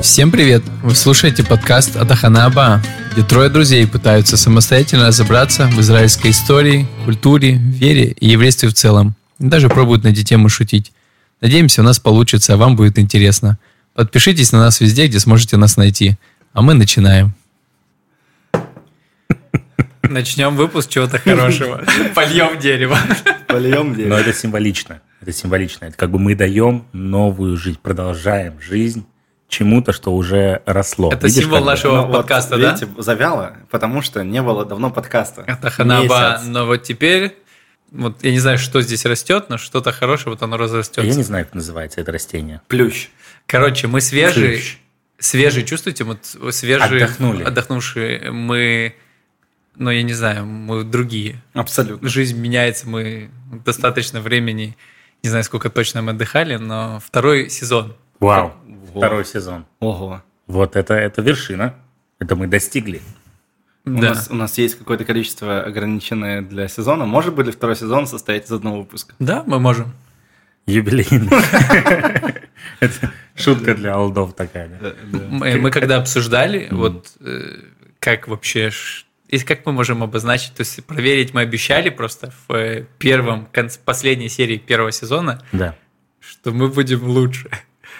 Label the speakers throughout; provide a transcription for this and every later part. Speaker 1: Всем привет! Вы слушаете подкаст Атахана Аба, где трое друзей пытаются самостоятельно разобраться в израильской истории, культуре, вере и еврействе в целом. И даже пробуют на эти темы шутить. Надеемся, у нас получится, а вам будет интересно. Подпишитесь на нас везде, где сможете нас найти. А мы начинаем.
Speaker 2: Начнем выпуск чего-то хорошего. Польем дерево.
Speaker 3: Польем
Speaker 4: Но это символично. Это символично. Это как бы мы даем новую жизнь, продолжаем жизнь чему-то, что уже росло.
Speaker 2: Это
Speaker 4: Видишь,
Speaker 2: символ
Speaker 4: как бы?
Speaker 2: нашего подкаста, да?
Speaker 3: видите, завяло, потому что не было давно подкаста.
Speaker 2: Атаханаба.
Speaker 3: Месяц.
Speaker 2: Но вот теперь, вот я не знаю, что здесь растет, но что-то хорошее, вот оно
Speaker 4: Я не
Speaker 2: разрастется.
Speaker 4: знаю, как называется это растение.
Speaker 3: Плющ.
Speaker 2: Короче, мы свежие,
Speaker 4: Плющ.
Speaker 2: свежие, чувствуете? Мы т- свежие,
Speaker 4: Отдохнули.
Speaker 2: отдохнувшие. Мы, ну я не знаю, мы другие.
Speaker 3: Абсолютно.
Speaker 2: Жизнь меняется, мы достаточно времени, не знаю, сколько точно мы отдыхали, но второй сезон.
Speaker 4: Вау.
Speaker 3: Во.
Speaker 4: Второй сезон.
Speaker 3: Ого.
Speaker 4: Вот это, это вершина. Это мы достигли.
Speaker 3: У,
Speaker 2: Да.
Speaker 3: нас, у нас есть какое-то количество ограниченное для сезона. Может быть ли второй сезон состоять из одного выпуска?
Speaker 2: Да, мы можем.
Speaker 4: Юбилейный. Это Шутка для олдов такая. да?
Speaker 2: э, Мы, мы когда обсуждали, вот э, как вообще, ш- и как мы можем обозначить, то есть проверить мы обещали просто в э, первом, конц- последней серии первого сезона,
Speaker 4: Да.
Speaker 2: что мы будем лучше.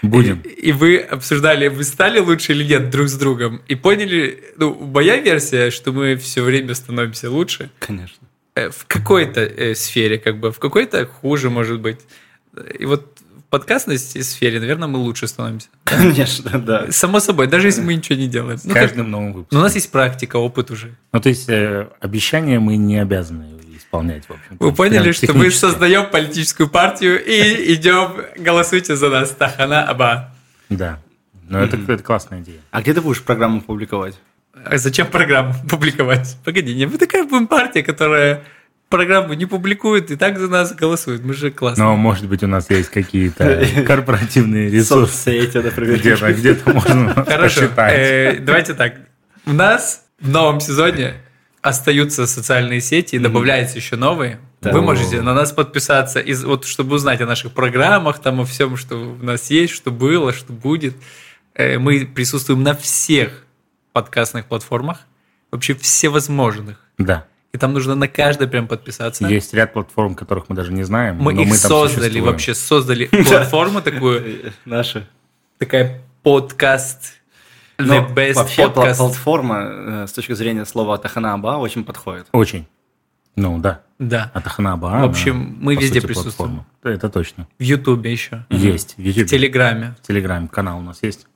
Speaker 4: Будем.
Speaker 2: И, и вы обсуждали, вы стали лучше или нет друг с другом, и поняли, ну, моя версия, что мы все время становимся лучше,
Speaker 3: Конечно.
Speaker 2: э, в какой-то э, сфере, как бы, в какой-то хуже, может быть. И вот в подкастной с- сфере, наверное, мы лучше становимся.
Speaker 3: Конечно, да.
Speaker 2: Само собой, даже если мы ничего не делаем.
Speaker 4: С
Speaker 2: Ну, как-
Speaker 4: каждым новым выпуском.
Speaker 2: Но у нас есть практика, опыт уже.
Speaker 4: Ну, то есть, э, обещания мы не обязаны исполнять, в общем
Speaker 2: Вы поняли, что мы создаем политическую партию и идем, голосуйте за нас, Тахана Аба.
Speaker 4: Да. Но это, это классная идея.
Speaker 3: А где ты будешь программу публиковать?
Speaker 2: А зачем программу публиковать? Погоди, не, мы такая будем партия, которая программу не публикует и так за нас голосует. Мы же классные.
Speaker 4: Но, может быть, у нас есть какие-то корпоративные ресурсы.
Speaker 3: Соцсети,
Speaker 4: Где-то,
Speaker 3: например.
Speaker 4: где-то можно
Speaker 2: Хорошо,
Speaker 4: посчитать.
Speaker 2: э, давайте так. У нас в новом сезоне остаются социальные сети и добавляются еще новые.
Speaker 3: Да.
Speaker 2: Вы можете на нас подписаться, из, вот, чтобы узнать о наших программах, там, о всем, что у нас есть, что было, что будет. Э, Мы присутствуем на всех подкастных платформах, вообще всевозможных.
Speaker 4: Да.
Speaker 2: И там нужно на каждой прям подписаться.
Speaker 4: Есть ряд платформ, которых мы даже не знаем.
Speaker 2: Мы
Speaker 4: но
Speaker 2: их
Speaker 4: мы там
Speaker 2: создали,
Speaker 4: существуем.
Speaker 2: вообще создали платформу такую,
Speaker 3: Наши.
Speaker 2: такая подкаст,
Speaker 3: Но
Speaker 4: Ну,
Speaker 2: the best
Speaker 3: вообще пла-
Speaker 2: podcast.
Speaker 3: платформа э, с точки зрения слова Таханаба очень подходит.
Speaker 4: Очень. Ну, да.
Speaker 2: Да.
Speaker 4: Атаханаба.
Speaker 2: В общем, мы везде присутствуем.
Speaker 4: Это точно.
Speaker 2: В Ютубе еще.
Speaker 4: Есть. В
Speaker 2: В Телеграме.
Speaker 4: Телеграм-канал у нас есть.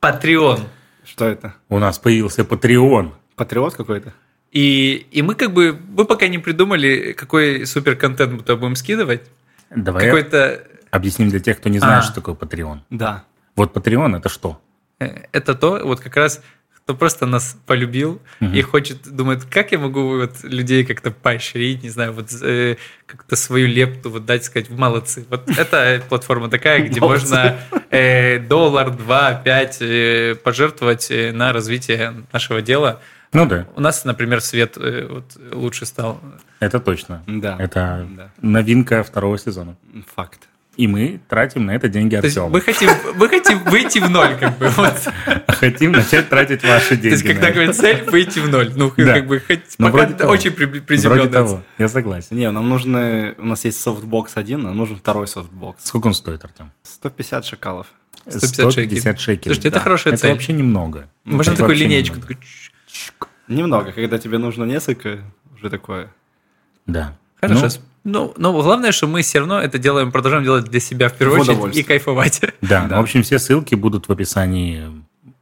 Speaker 2: Патреон.
Speaker 3: Что это?
Speaker 4: У нас появился Patreon.
Speaker 3: Патриот какой-то?
Speaker 2: И, и мы как бы, мы пока не придумали, какой супер контент мы туда будем скидывать.
Speaker 4: Давай
Speaker 2: Какой-то,
Speaker 4: объясним для тех, кто не знает,
Speaker 2: А.
Speaker 4: что такое Patreon.
Speaker 3: Да.
Speaker 4: Вот Patreon это что?
Speaker 2: э, это то, вот как раз, кто просто нас полюбил и хочет, думает, как я могу вот людей как-то поощрить, не знаю, вот э, как-то свою лепту вот дать, сказать, молодцы. Вот это платформа такая, где
Speaker 3: Молодцы.
Speaker 2: можно э, доллар, два, пять э, пожертвовать э, на развитие нашего дела.
Speaker 4: Ну да,
Speaker 2: У нас, например, свет э, вот, лучше стал.
Speaker 4: это точно.
Speaker 3: Да.
Speaker 4: Это
Speaker 3: Да.
Speaker 4: новинка второго сезона.
Speaker 3: Факт.
Speaker 4: И мы тратим на это деньги
Speaker 2: То есть
Speaker 4: Артема.
Speaker 2: мы хотим, мы хотим выйти в ноль, как бы. Вот.
Speaker 4: Хотим начать тратить ваши
Speaker 2: То
Speaker 4: деньги.
Speaker 2: есть, как
Speaker 4: на
Speaker 2: такая
Speaker 4: это.
Speaker 2: цель, выйти в ноль. Ну,
Speaker 4: Да.
Speaker 2: как бы, хоть,
Speaker 4: Но
Speaker 2: пока
Speaker 4: вроде того.
Speaker 2: очень при-
Speaker 4: Вроде
Speaker 2: приземленно.
Speaker 4: того, я согласен.
Speaker 3: Не, нам нужны... У нас есть софтбокс один, нам нужен второй софтбокс.
Speaker 4: Сколько он стоит, Артем?
Speaker 3: 150 шекалов.
Speaker 2: 150 шекелей. Слушайте, это хорошая
Speaker 4: это
Speaker 2: цель.
Speaker 4: вообще немного.
Speaker 2: Можно
Speaker 4: Это
Speaker 2: такую
Speaker 4: вообще
Speaker 2: линейку.
Speaker 4: немного.
Speaker 2: такую чш.
Speaker 3: Немного, когда тебе нужно несколько, уже такое.
Speaker 4: Да.
Speaker 2: Хорошо. Ну, но главное, что мы все равно это делаем, продолжаем делать для себя в первую
Speaker 3: В
Speaker 2: очередь и
Speaker 3: удовольствие.
Speaker 2: кайфовать.
Speaker 4: Ну, да, в общем, все ссылки будут в описании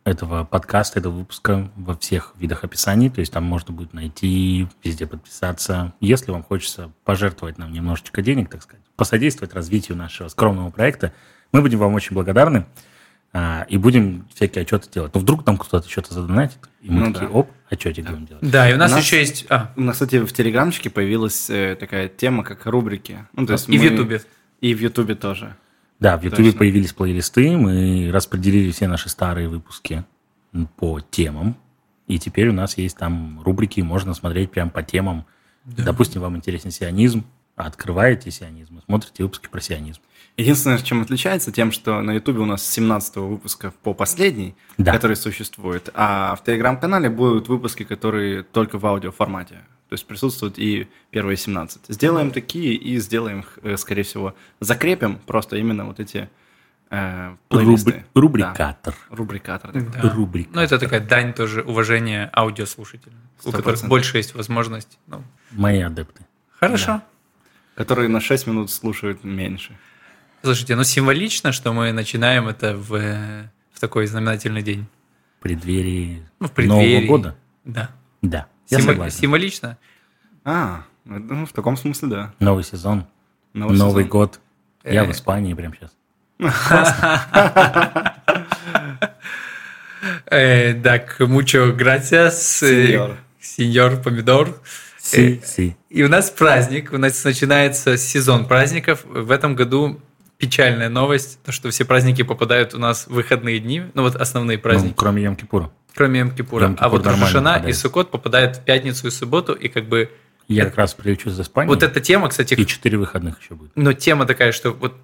Speaker 4: этого подкаста, этого выпуска во всех видах описаний. То есть там можно будет найти, везде подписаться. Если вам хочется пожертвовать нам немножечко денег, так сказать, посодействовать развитию нашего скромного проекта, мы будем вам очень благодарны а, и будем всякие отчеты делать. Но вдруг там кто-то что-то задонатит, и мы
Speaker 3: Ну
Speaker 4: такие,
Speaker 3: да.
Speaker 4: оп, а отчетик будем делать.
Speaker 2: Да, и у нас,
Speaker 3: нас-
Speaker 2: еще есть... А,
Speaker 3: У нас, кстати, в Телеграмчике появилась э, такая тема, как рубрики. Ну, то есть
Speaker 2: и в
Speaker 3: мы-
Speaker 2: Ютубе.
Speaker 3: И в Ютубе тоже.
Speaker 4: Да, в Ютубе
Speaker 3: Точно.
Speaker 4: появились плейлисты, мы распределили все наши старые выпуски по темам, и теперь у нас есть там рубрики, можно смотреть прям по темам, Допустим, вам интересен сионизм, а открываете сионизм и смотрите выпуски про сионизм.
Speaker 3: Единственное, чем отличается, тем, что на Ютубе у нас с 17 выпуска по последний,
Speaker 4: Да.
Speaker 3: который существует, а в Телеграм-канале будут выпуски, которые только в аудиоформате. То есть присутствуют и первые 17. Сделаем такие и сделаем их, э, скорее всего, закрепим просто именно вот эти э, плейлисты.
Speaker 4: Рубри- Рубрикатор.
Speaker 3: Да, Рубрикатор. так.
Speaker 2: Да.
Speaker 4: Рубрикатор.
Speaker 2: Ну, это такая дань тоже уважения аудиослушателям, у
Speaker 3: Сто
Speaker 2: которых
Speaker 3: процентов.
Speaker 2: больше есть возможность. Ну,
Speaker 4: Мои адепты.
Speaker 2: хорошо.
Speaker 3: Которые на 6 минут слушают меньше.
Speaker 2: Слушайте, ну символично, что мы начинаем это в, э, в такой знаменательный день.
Speaker 4: В преддверии,
Speaker 2: Ну, в преддверии.
Speaker 4: Нового года.
Speaker 2: Да.
Speaker 4: Да, я
Speaker 2: Символ-
Speaker 4: согласен.
Speaker 2: Символично.
Speaker 3: А, ну, в таком смысле, да.
Speaker 4: Новый сезон,
Speaker 3: Новый
Speaker 4: Новый
Speaker 3: сезон.
Speaker 4: год. Я
Speaker 2: Э.
Speaker 4: в Испании прямо сейчас.
Speaker 2: Э, так, mucho gracias, э,
Speaker 3: Сеньор.
Speaker 2: сеньор помидор.
Speaker 4: Си, си. Ну,
Speaker 2: И у нас праздник, у нас начинается сезон праздников. В этом году печальная новость, то, что все праздники попадают у нас в выходные дни, ну вот основные
Speaker 4: Ну,
Speaker 2: праздники,
Speaker 4: кроме Йом-Кипура.
Speaker 2: кроме Мкипура.
Speaker 4: Йом-Кипур
Speaker 2: А вот
Speaker 4: нормально
Speaker 2: Рошана и
Speaker 4: попадает.
Speaker 2: Сукот попадают в пятницу и субботу, и как бы
Speaker 4: Я как раз прилечу из Испании.
Speaker 2: Э. вот эта тема, кстати,
Speaker 4: И четыре выходных еще будет.
Speaker 2: Но тема такая, что вот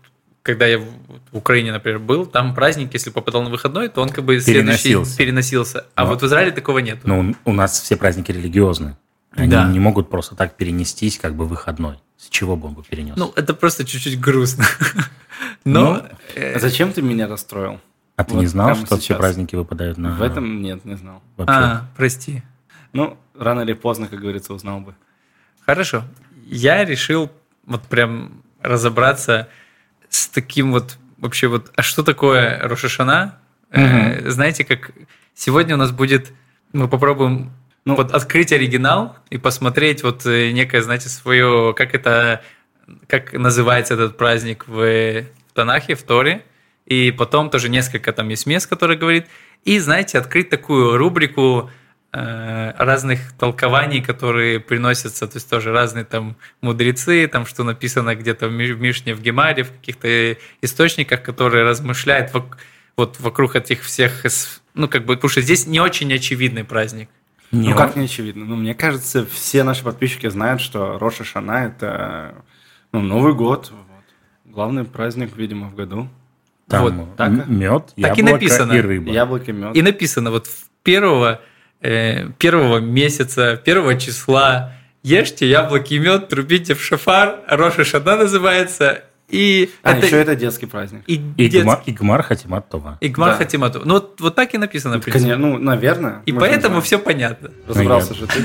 Speaker 2: когда я в в Украине, например, был, там праздник, если попадал на выходной, то он как бы
Speaker 4: Переносился.
Speaker 2: следующий переносился. А
Speaker 4: Да.
Speaker 2: вот в Израиле такого нет.
Speaker 4: Ну, у нас все праздники религиозные. Они
Speaker 2: Да.
Speaker 4: не могут просто так перенестись, как бы выходной. С чего бы он бы перенес?
Speaker 2: Ну, это просто чуть-чуть грустно. Но
Speaker 4: Ну,
Speaker 2: э,
Speaker 3: А Зачем ты меня расстроил?
Speaker 4: а ты
Speaker 3: вот
Speaker 4: не знал,
Speaker 3: прямо
Speaker 4: что все
Speaker 3: сейчас.
Speaker 4: праздники выпадают на...
Speaker 3: В этом нет, не знал.
Speaker 4: вообще?
Speaker 2: а, прости.
Speaker 3: Ну, рано или поздно, как говорится, узнал бы.
Speaker 2: Хорошо. Я решил вот прям разобраться с таким вот вообще вот, а что такое Рошашана? Э, Знаете, как сегодня у нас будет, мы попробуем
Speaker 3: Ну,
Speaker 2: вот открыть оригинал и посмотреть вот э, некое, знаете, свое, как это, как называется этот праздник в, э, в Танахе, в Торе, и потом тоже несколько там есть мест, которые говорит, и, знаете, открыть такую рубрику э, разных толкований, которые приносятся, то есть тоже разные там мудрецы, там что написано где-то в Ми- в Мишне, в Гемаре, в каких-то э, источниках, которые размышляют вок- вот вокруг этих всех, эс- ну как бы, потому что здесь не очень очевидный праздник.
Speaker 4: Не,
Speaker 3: ну как не очевидно? Ну, мне кажется, все наши подписчики знают, что Роша Шана – это ну, Новый год. вот. Главный праздник, видимо, в году.
Speaker 4: Там
Speaker 2: вот
Speaker 3: так.
Speaker 4: мед,
Speaker 2: Так
Speaker 4: яблоко
Speaker 2: и написано.
Speaker 4: и рыба.
Speaker 3: Яблоки, мед.
Speaker 2: И написано вот в первого, э, первого месяца, первого числа ешьте яблоки и мед, трубите в шафар, Роша Шана называется, и
Speaker 3: А, еще это детский праздник.
Speaker 2: и,
Speaker 4: И,
Speaker 2: детский-
Speaker 4: гма- и гмар хатимат това.
Speaker 2: и Гмар
Speaker 3: Да.
Speaker 2: Хатимату. Ну вот, вот так и написано, в принципе.
Speaker 3: Конечно, ну, наверное.
Speaker 2: И
Speaker 3: мы же не
Speaker 2: поэтому
Speaker 3: знаем.
Speaker 2: все понятно.
Speaker 3: Разобрался же ты.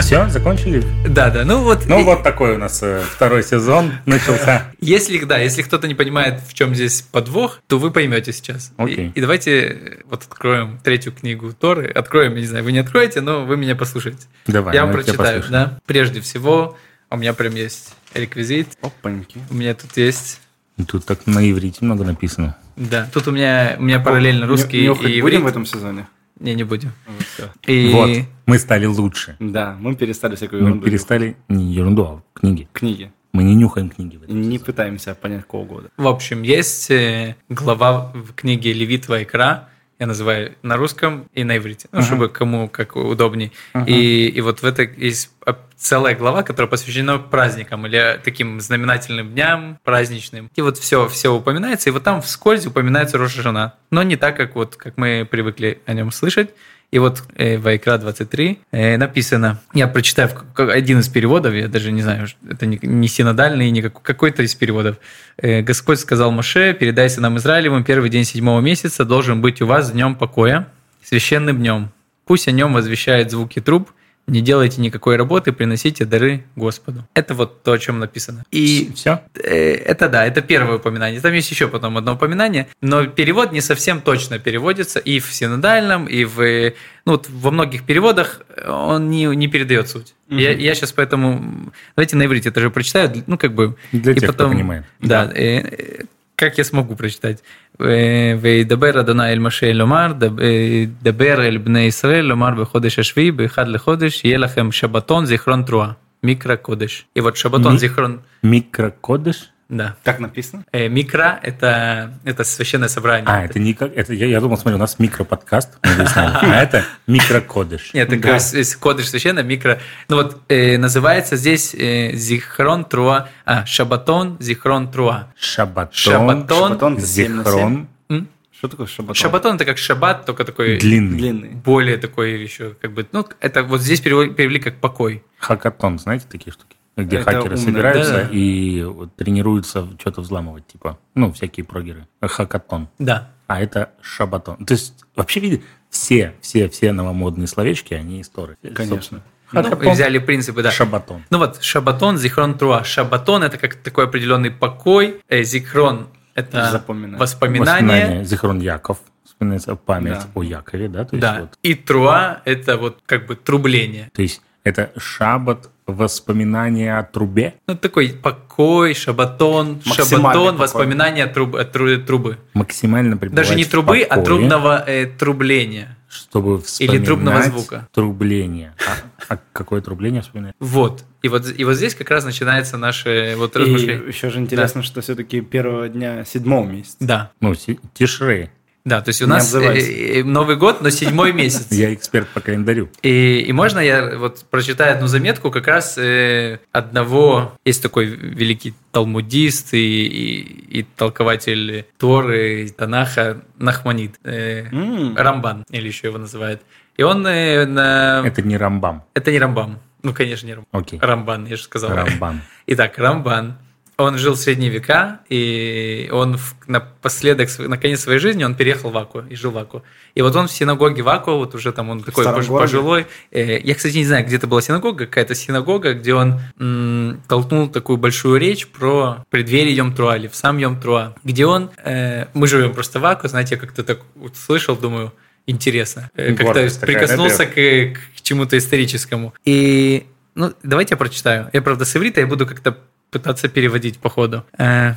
Speaker 4: Все, закончили?
Speaker 2: Да, да. Ну вот,
Speaker 4: Ну
Speaker 2: и-
Speaker 4: вот такой у нас э, второй сезон начался.
Speaker 2: если да, если кто-то не понимает, в чем здесь подвох, то вы поймете сейчас. И-
Speaker 4: Окей.
Speaker 2: И, давайте э, вот откроем третью книгу Торы. Откроем, я не знаю, вы не откроете, но вы меня послушаете.
Speaker 4: Давай,
Speaker 2: я
Speaker 4: мы
Speaker 2: вам
Speaker 4: тебя
Speaker 2: прочитаю,
Speaker 4: послушаем.
Speaker 2: да. Прежде всего, у меня прям есть реквизит.
Speaker 3: Опаньки.
Speaker 2: У меня тут есть.
Speaker 4: Тут так на иврите много написано.
Speaker 2: Да. Тут у меня у меня параллельно русский
Speaker 3: Нюхать будем в
Speaker 2: и иврит. Ну,
Speaker 3: этом сезоне?
Speaker 2: Не, не будем.
Speaker 3: Вот, всё.
Speaker 2: И
Speaker 4: Вот, мы стали лучше.
Speaker 3: Да, мы перестали всякую
Speaker 4: Мы
Speaker 3: ерунду.
Speaker 4: перестали не ерунду, а книги.
Speaker 3: нюхать. Книги.
Speaker 4: Мы не нюхаем книги. в
Speaker 3: И
Speaker 4: этом
Speaker 3: Не
Speaker 4: сезоне.
Speaker 3: пытаемся понять какого года.
Speaker 2: в общем есть э, глава в книге Левитва Икра. Я называю на русском и на иврите, ну, чтобы кому как удобней. И, и вот в этой есть а, целая глава, которая посвящена праздникам или таким знаменательным дням праздничным. И вот все, все упоминается, и вот там вскользь упоминается Роша Жена, но не так, как вот как мы привыкли о нем слышать. И вот э, в Айкра 23 э, написано, я прочитаю в- как- один из переводов, я даже не знаю, это не, не синодальный, не как- какой-то из переводов. Э, Господь сказал Моше, передай сынам Израилевым, первый день седьмого месяца должен быть у вас днем покоя, священным днем. Пусть о нем возвещают звуки труб, не делайте никакой работы, приносите дары Господу. Это вот то, о чем написано. И
Speaker 4: все.
Speaker 2: Э, Это да, это первое упоминание. Там есть еще потом одно упоминание, но перевод не совсем точно переводится и в синодальном, и в э, ну, вот во многих переводах э, он не, не передает суть.
Speaker 3: Мгм.
Speaker 2: Я, сейчас поэтому давайте на иврите тоже прочитаю, для- ну как бы
Speaker 4: Для
Speaker 2: и
Speaker 4: тех, кто
Speaker 2: потом-
Speaker 4: понимает.
Speaker 2: да. э, э, как я смогу прочитать? Э, «Вейдабер Адонай эль Моше эль Омар, даб- э, дабер эль бней Исраэль, Омар беходеш ашви, бехад леходеш, елахем шабатон зихрон труа». Микрокодыш. И вот шабатон
Speaker 4: Ми-
Speaker 2: зихрон...
Speaker 4: Микрокодыш?
Speaker 2: Да.
Speaker 3: Как написано?
Speaker 2: Э, микро – это, это священное собрание.
Speaker 4: А, это не как... Это, я, я думал, смотри, у нас микроподкаст, мы здесь с нами, а это микрокодыш.
Speaker 2: Нет, это кодыш священно, микро. Ну вот, э, называется здесь э, Зихрон Труа, а, Шабатон Зихрон Труа.
Speaker 4: Шабатон,
Speaker 2: Шабатон.
Speaker 3: Шабатон это семь на семь.
Speaker 4: зихрон,
Speaker 3: Что такое шабатон?
Speaker 2: Шабатон – это как шаббат, только такой…
Speaker 4: длинный.
Speaker 3: Длинный.
Speaker 2: Более такой еще, как бы, ну, это вот здесь перевели, перевели как покой.
Speaker 4: Хакатон, знаете такие штуки? Где
Speaker 3: Это
Speaker 4: хакеры
Speaker 3: умно,
Speaker 4: собираются
Speaker 2: да-да.
Speaker 4: и вот тренируются что-то взламывать, типа, ну, всякие прогеры. Хакатон.
Speaker 2: Да.
Speaker 4: а это шабатон. То есть вообще види, все, все, все новомодные словечки, они из Торы.
Speaker 3: Конечно.
Speaker 2: Ну,
Speaker 4: Собственно, хакатон,
Speaker 2: взяли принципы, да.
Speaker 4: шабатон.
Speaker 2: Ну вот, шабатон, зихрон труа. Шабатон – это как такой определенный покой. Э, зихрон – это
Speaker 3: Запоминание.
Speaker 2: воспоминание.
Speaker 4: Зихрон Яков, вспоминается память
Speaker 3: Да.
Speaker 4: о Якове, да? То есть,
Speaker 2: Да.
Speaker 4: вот.
Speaker 2: И труа – это вот как бы трубление.
Speaker 4: то есть это шабат, воспоминание о трубе.
Speaker 2: Ну, такой покой, шабатон,
Speaker 3: Максимальный
Speaker 2: шабатон,
Speaker 3: покой.
Speaker 2: воспоминания от труб- от тру- трубы.
Speaker 4: Максимально пребывать
Speaker 2: Даже не
Speaker 4: в
Speaker 2: трубы, а
Speaker 4: покое,
Speaker 2: трубного э, трубления.
Speaker 4: чтобы вспоминать
Speaker 2: трубного звука.
Speaker 4: Трубление. А, а какое трубление вспоминает?
Speaker 2: Вот. И вот, и вот здесь как раз начинается наше э, вот
Speaker 3: И
Speaker 2: размышление.
Speaker 3: еще же интересно, что все-таки первого дня седьмого месяца.
Speaker 2: Да,
Speaker 4: Ну, си- тишрей.
Speaker 2: да, то есть у
Speaker 3: Не
Speaker 2: нас э,
Speaker 3: обзывайся.
Speaker 2: э, Новый год, но седьмой месяц.
Speaker 4: Я эксперт по календарю.
Speaker 2: И, и можно я вот прочитаю одну заметку как раз э, одного, есть такой великий талмудист и, и, и толкователь Торы, и Танаха, Нахманит, э,
Speaker 3: М,
Speaker 2: Рамбан, или еще его называют. И он э, на... Это...
Speaker 4: Это не рамбам.
Speaker 2: не Рамбам, ну, конечно, не Рамбам.
Speaker 4: Окей.
Speaker 2: Рамбан, я же сказал.
Speaker 4: Рамбам.
Speaker 2: Итак, Рамбан. Он жил в средние века, и он в- напоследок, св- на конец своей жизни, он переехал в Аку и жил в Аку. И вот он в синагоге в Аку, вот уже там он такой
Speaker 3: старом
Speaker 2: пож-
Speaker 3: городе?
Speaker 2: пожилой. Э, Я, кстати, не знаю, где это была синагога, какая-то синагога, где он м, толкнул такую большую речь про преддверие Йом Труа, или в сам Йом Труа, где он, э, мы живем просто в Аку, знаете, я как-то так вот слышал, думаю, интересно. Э, Как-то
Speaker 4: Гордость такая, да,
Speaker 2: прикоснулся к, к чему-то историческому. И, ну, давайте я прочитаю. Я, правда, с иврита, я буду как-то пытаться переводить по ходу. Э,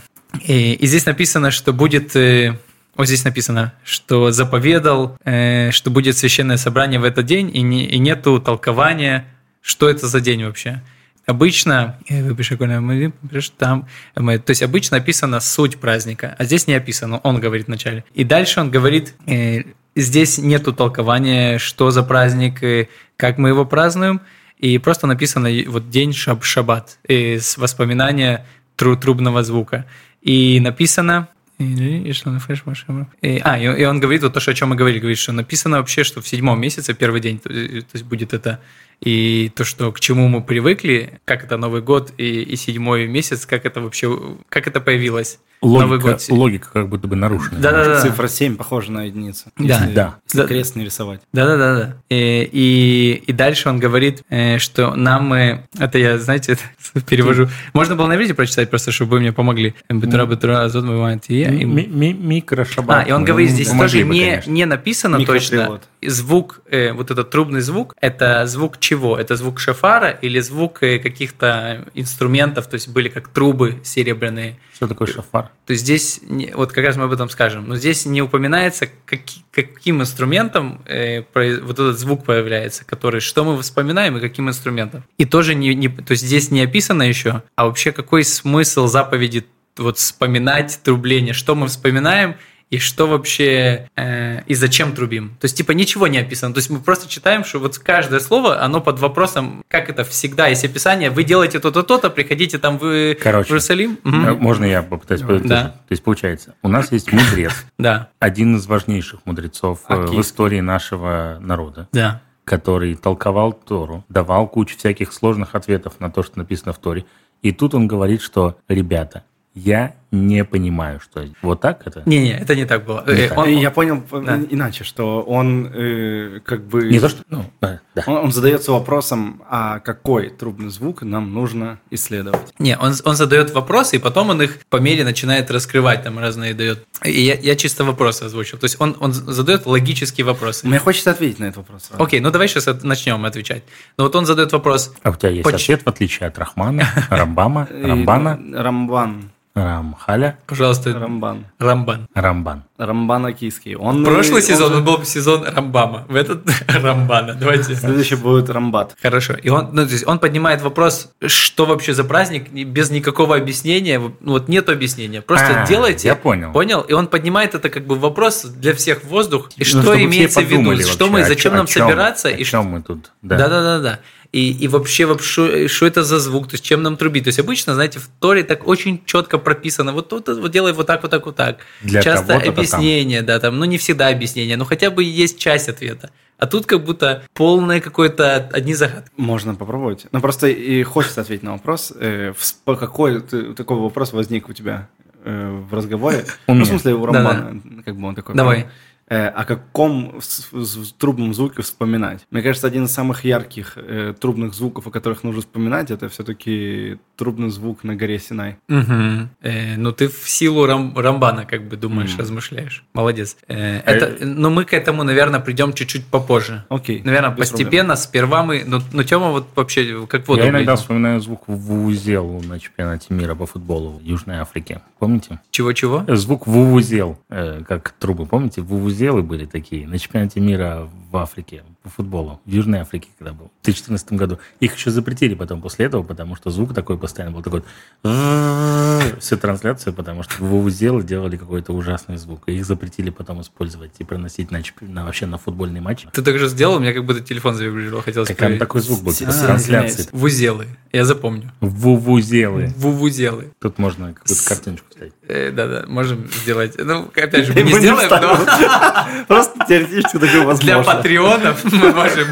Speaker 2: И, и здесь написано, что будет... э, Вот здесь написано, что заповедал, э, что будет священное собрание в этот день, и, не- и нету толкования, что это за день вообще. Обычно, э, выпиши, Коля, мы пишешь там, мы- то есть обычно описана суть праздника, а здесь не описано, он говорит вначале. И дальше он говорит, э, здесь нету толкования, что за праздник, и как мы его празднуем, и просто написано э, вот день шаб шаббат, э, с воспоминания тру- трубного звука. И написано, и что он фреш, машина. И- А, и, и он говорит вот то, что, о чем мы говорили, говорит, что написано вообще, что в седьмом месяце первый день, то, э, то есть будет это и то, что к чему мы привыкли, как это Новый год и, и седьмой месяц, как это вообще, как это появилось. Новый
Speaker 4: Логика,
Speaker 2: год.
Speaker 4: логика как будто бы нарушена.
Speaker 2: Да-да-да.
Speaker 3: Цифра 7 похожа на единицу.
Speaker 2: Да.
Speaker 3: Если-
Speaker 4: Да.
Speaker 3: если
Speaker 2: Да.
Speaker 3: крест нарисовать.
Speaker 2: Да, да, да, да. И, и, и дальше он говорит, э, что нам э, это я, знаете, это перевожу. Можно было на видео прочитать, просто чтобы вы мне помогли. Бетра, бетра, азот, бывает, и я, и мы.
Speaker 4: Ми- ми- Микрошабат.
Speaker 2: А, и он говорит, здесь
Speaker 4: Помогли
Speaker 2: тоже
Speaker 4: бы,
Speaker 2: не,
Speaker 4: Ну, конечно.
Speaker 2: не написано точно.
Speaker 3: Микропривод.
Speaker 2: Звук, э, вот этот трубный звук, это звук чего? Это звук шафара или звук э, каких-то инструментов, то есть были как трубы серебряные.
Speaker 4: Что такое шафар?
Speaker 2: То есть здесь, не- вот как раз мы об этом скажем, но здесь не упоминается, каки- каким инструментом э, произ- вот этот звук появляется, который, что мы вспоминаем и каким инструментом. И тоже не, не- то есть здесь не описано еще, а вообще какой смысл заповеди вот вспоминать трубление, что мы вспоминаем и что вообще э, и зачем трубим. То есть, типа, ничего не описано. То есть, мы просто читаем, что вот каждое слово, оно под вопросом, как это всегда есть описание, вы делаете то-то, то-то, приходите там в
Speaker 4: Короче.
Speaker 2: Иерусалим. Мгм.
Speaker 4: Э, Можно я попытаюсь подытожить?
Speaker 2: Да.
Speaker 4: То есть получается, у нас есть мудрец,
Speaker 2: Да,
Speaker 4: один из важнейших мудрецов э, в
Speaker 3: Окей.
Speaker 4: истории нашего народа,
Speaker 2: да.
Speaker 4: который толковал Тору, давал кучу всяких сложных ответов на то, что написано в Торе. И тут он говорит, что, ребята, я не понимаю, что вот так это?
Speaker 2: Не-не, это не так было.
Speaker 4: Не
Speaker 2: Э,
Speaker 4: так.
Speaker 2: он-
Speaker 3: И я понял э,
Speaker 2: Да.
Speaker 3: иначе, что он э, как бы...
Speaker 4: Не то, что... Ну, э, да.
Speaker 3: Он, он задается вопросом, а какой трубный звук нам нужно исследовать.
Speaker 2: Не, он, он задает вопросы, и потом он их по мере начинает раскрывать, там разные дает. И я, я чисто вопросы озвучил. То есть он, он задает логические вопросы.
Speaker 3: Мне хочется ответить на этот вопрос. сразу.
Speaker 2: Окей, ну давай сейчас от- начнем отвечать. Ну вот он задает вопрос.
Speaker 4: А у тебя есть
Speaker 2: Поч- ну.
Speaker 4: ответ, в отличие от Рахмана, Рамбама,
Speaker 3: И
Speaker 4: Рамбана.
Speaker 3: Рамбан.
Speaker 4: Рамхаля
Speaker 2: Пожалуйста,
Speaker 3: Рамбан.
Speaker 2: Рамбан.
Speaker 4: Рамбан.
Speaker 3: Рамбан Акийский. Он э,
Speaker 2: Прошлый
Speaker 3: Ну, он
Speaker 2: сезон
Speaker 3: же-
Speaker 2: он был сезон Рамбама. В этот Рамбана. Давайте.
Speaker 3: Следующий будет Рамбат.
Speaker 2: Хорошо. И он, ну, то есть он поднимает вопрос, что вообще за праздник, и без никакого объяснения. Вот- ну, Вот нет объяснения. Просто
Speaker 4: А,
Speaker 2: делайте.
Speaker 4: я понял.
Speaker 2: Понял? И он поднимает это как бы вопрос для всех в воздух. И
Speaker 4: Ну,
Speaker 2: что
Speaker 4: чтобы все
Speaker 2: имеется в виду?
Speaker 4: подумали
Speaker 2: Что
Speaker 4: вообще,
Speaker 2: мы,
Speaker 4: о
Speaker 2: зачем
Speaker 4: чё-
Speaker 2: нам
Speaker 4: о чём-
Speaker 2: собираться?
Speaker 4: О
Speaker 2: И
Speaker 4: чем мы тут? Да.
Speaker 2: Да, да, да, да. И, и вообще, вообще, что это за звук, то есть чем нам трубить. То есть обычно, знаете, в Торе так очень четко прописано. Вот тут вот делай вот так, вот так, вот так.
Speaker 4: Для
Speaker 2: Часто
Speaker 4: кого-то-то там.
Speaker 2: объяснение, да, там, ну не всегда объяснение, но хотя бы есть часть ответа. А тут как будто полное какое-то одни загадки.
Speaker 3: Можно попробовать. Ну, просто и хочется ответить на вопрос. Э, всп- Какой ты- такой вопрос возник у тебя э, в разговоре?
Speaker 4: У
Speaker 3: Ну,
Speaker 4: меня.
Speaker 3: в смысле, у
Speaker 2: Да-да.
Speaker 3: Рамбана. Как бы он такой.
Speaker 2: Давай.
Speaker 3: Э, О каком с- с- трубном звуке вспоминать? Мне кажется, один из самых ярких э, трубных звуков, о которых нужно вспоминать, это все-таки трубный звук на горе Синай.
Speaker 2: Мгм. Э, ну ты в силу рам- Рамбана как бы думаешь,
Speaker 4: Мгм.
Speaker 2: размышляешь. Молодец. Э, это, но мы к этому, наверное, придем чуть-чуть попозже.
Speaker 3: Окей.
Speaker 2: Наверное,
Speaker 3: без проблем.
Speaker 2: постепенно, сперва мы... Но, Тема вот вообще как воду
Speaker 4: Я иногда
Speaker 2: глядел.
Speaker 4: вспоминаю звук вузел на чемпионате мира по футболу в Южной Африке. Помните?
Speaker 2: Чего-чего?
Speaker 4: Звук вувузел, э, как трубы, помните? Вувузелы были такие на чемпионате мира в Африке по футболу, в Южной Африке, когда был, в 2014 году. Их еще запретили потом после этого, потому что звук такой постоянно был, такой вот всю трансляцию, потому что вувузелы делали какой-то ужасный звук, и их запретили потом использовать и проносить на, чемпи- на- вообще на футбольный матч.
Speaker 2: Ты так же сделал, у меня как будто телефон завибрировал, хотелось
Speaker 4: Так, там
Speaker 2: сказать.
Speaker 4: такой звук был, типа, с
Speaker 3: А,
Speaker 4: трансляции.
Speaker 3: извиняюсь.
Speaker 2: Вузелы, я запомню.
Speaker 4: Вувузелы.
Speaker 2: Вувузелы.
Speaker 4: Тут можно какую-то картиночку вставить.
Speaker 2: Э, Да-да, можем сделать. Ну, опять же,
Speaker 3: Мы
Speaker 2: мы не
Speaker 3: не
Speaker 2: сделаем, но
Speaker 3: вставим. Просто теоретически такое
Speaker 2: для
Speaker 3: возможно.
Speaker 2: патреонов мы можем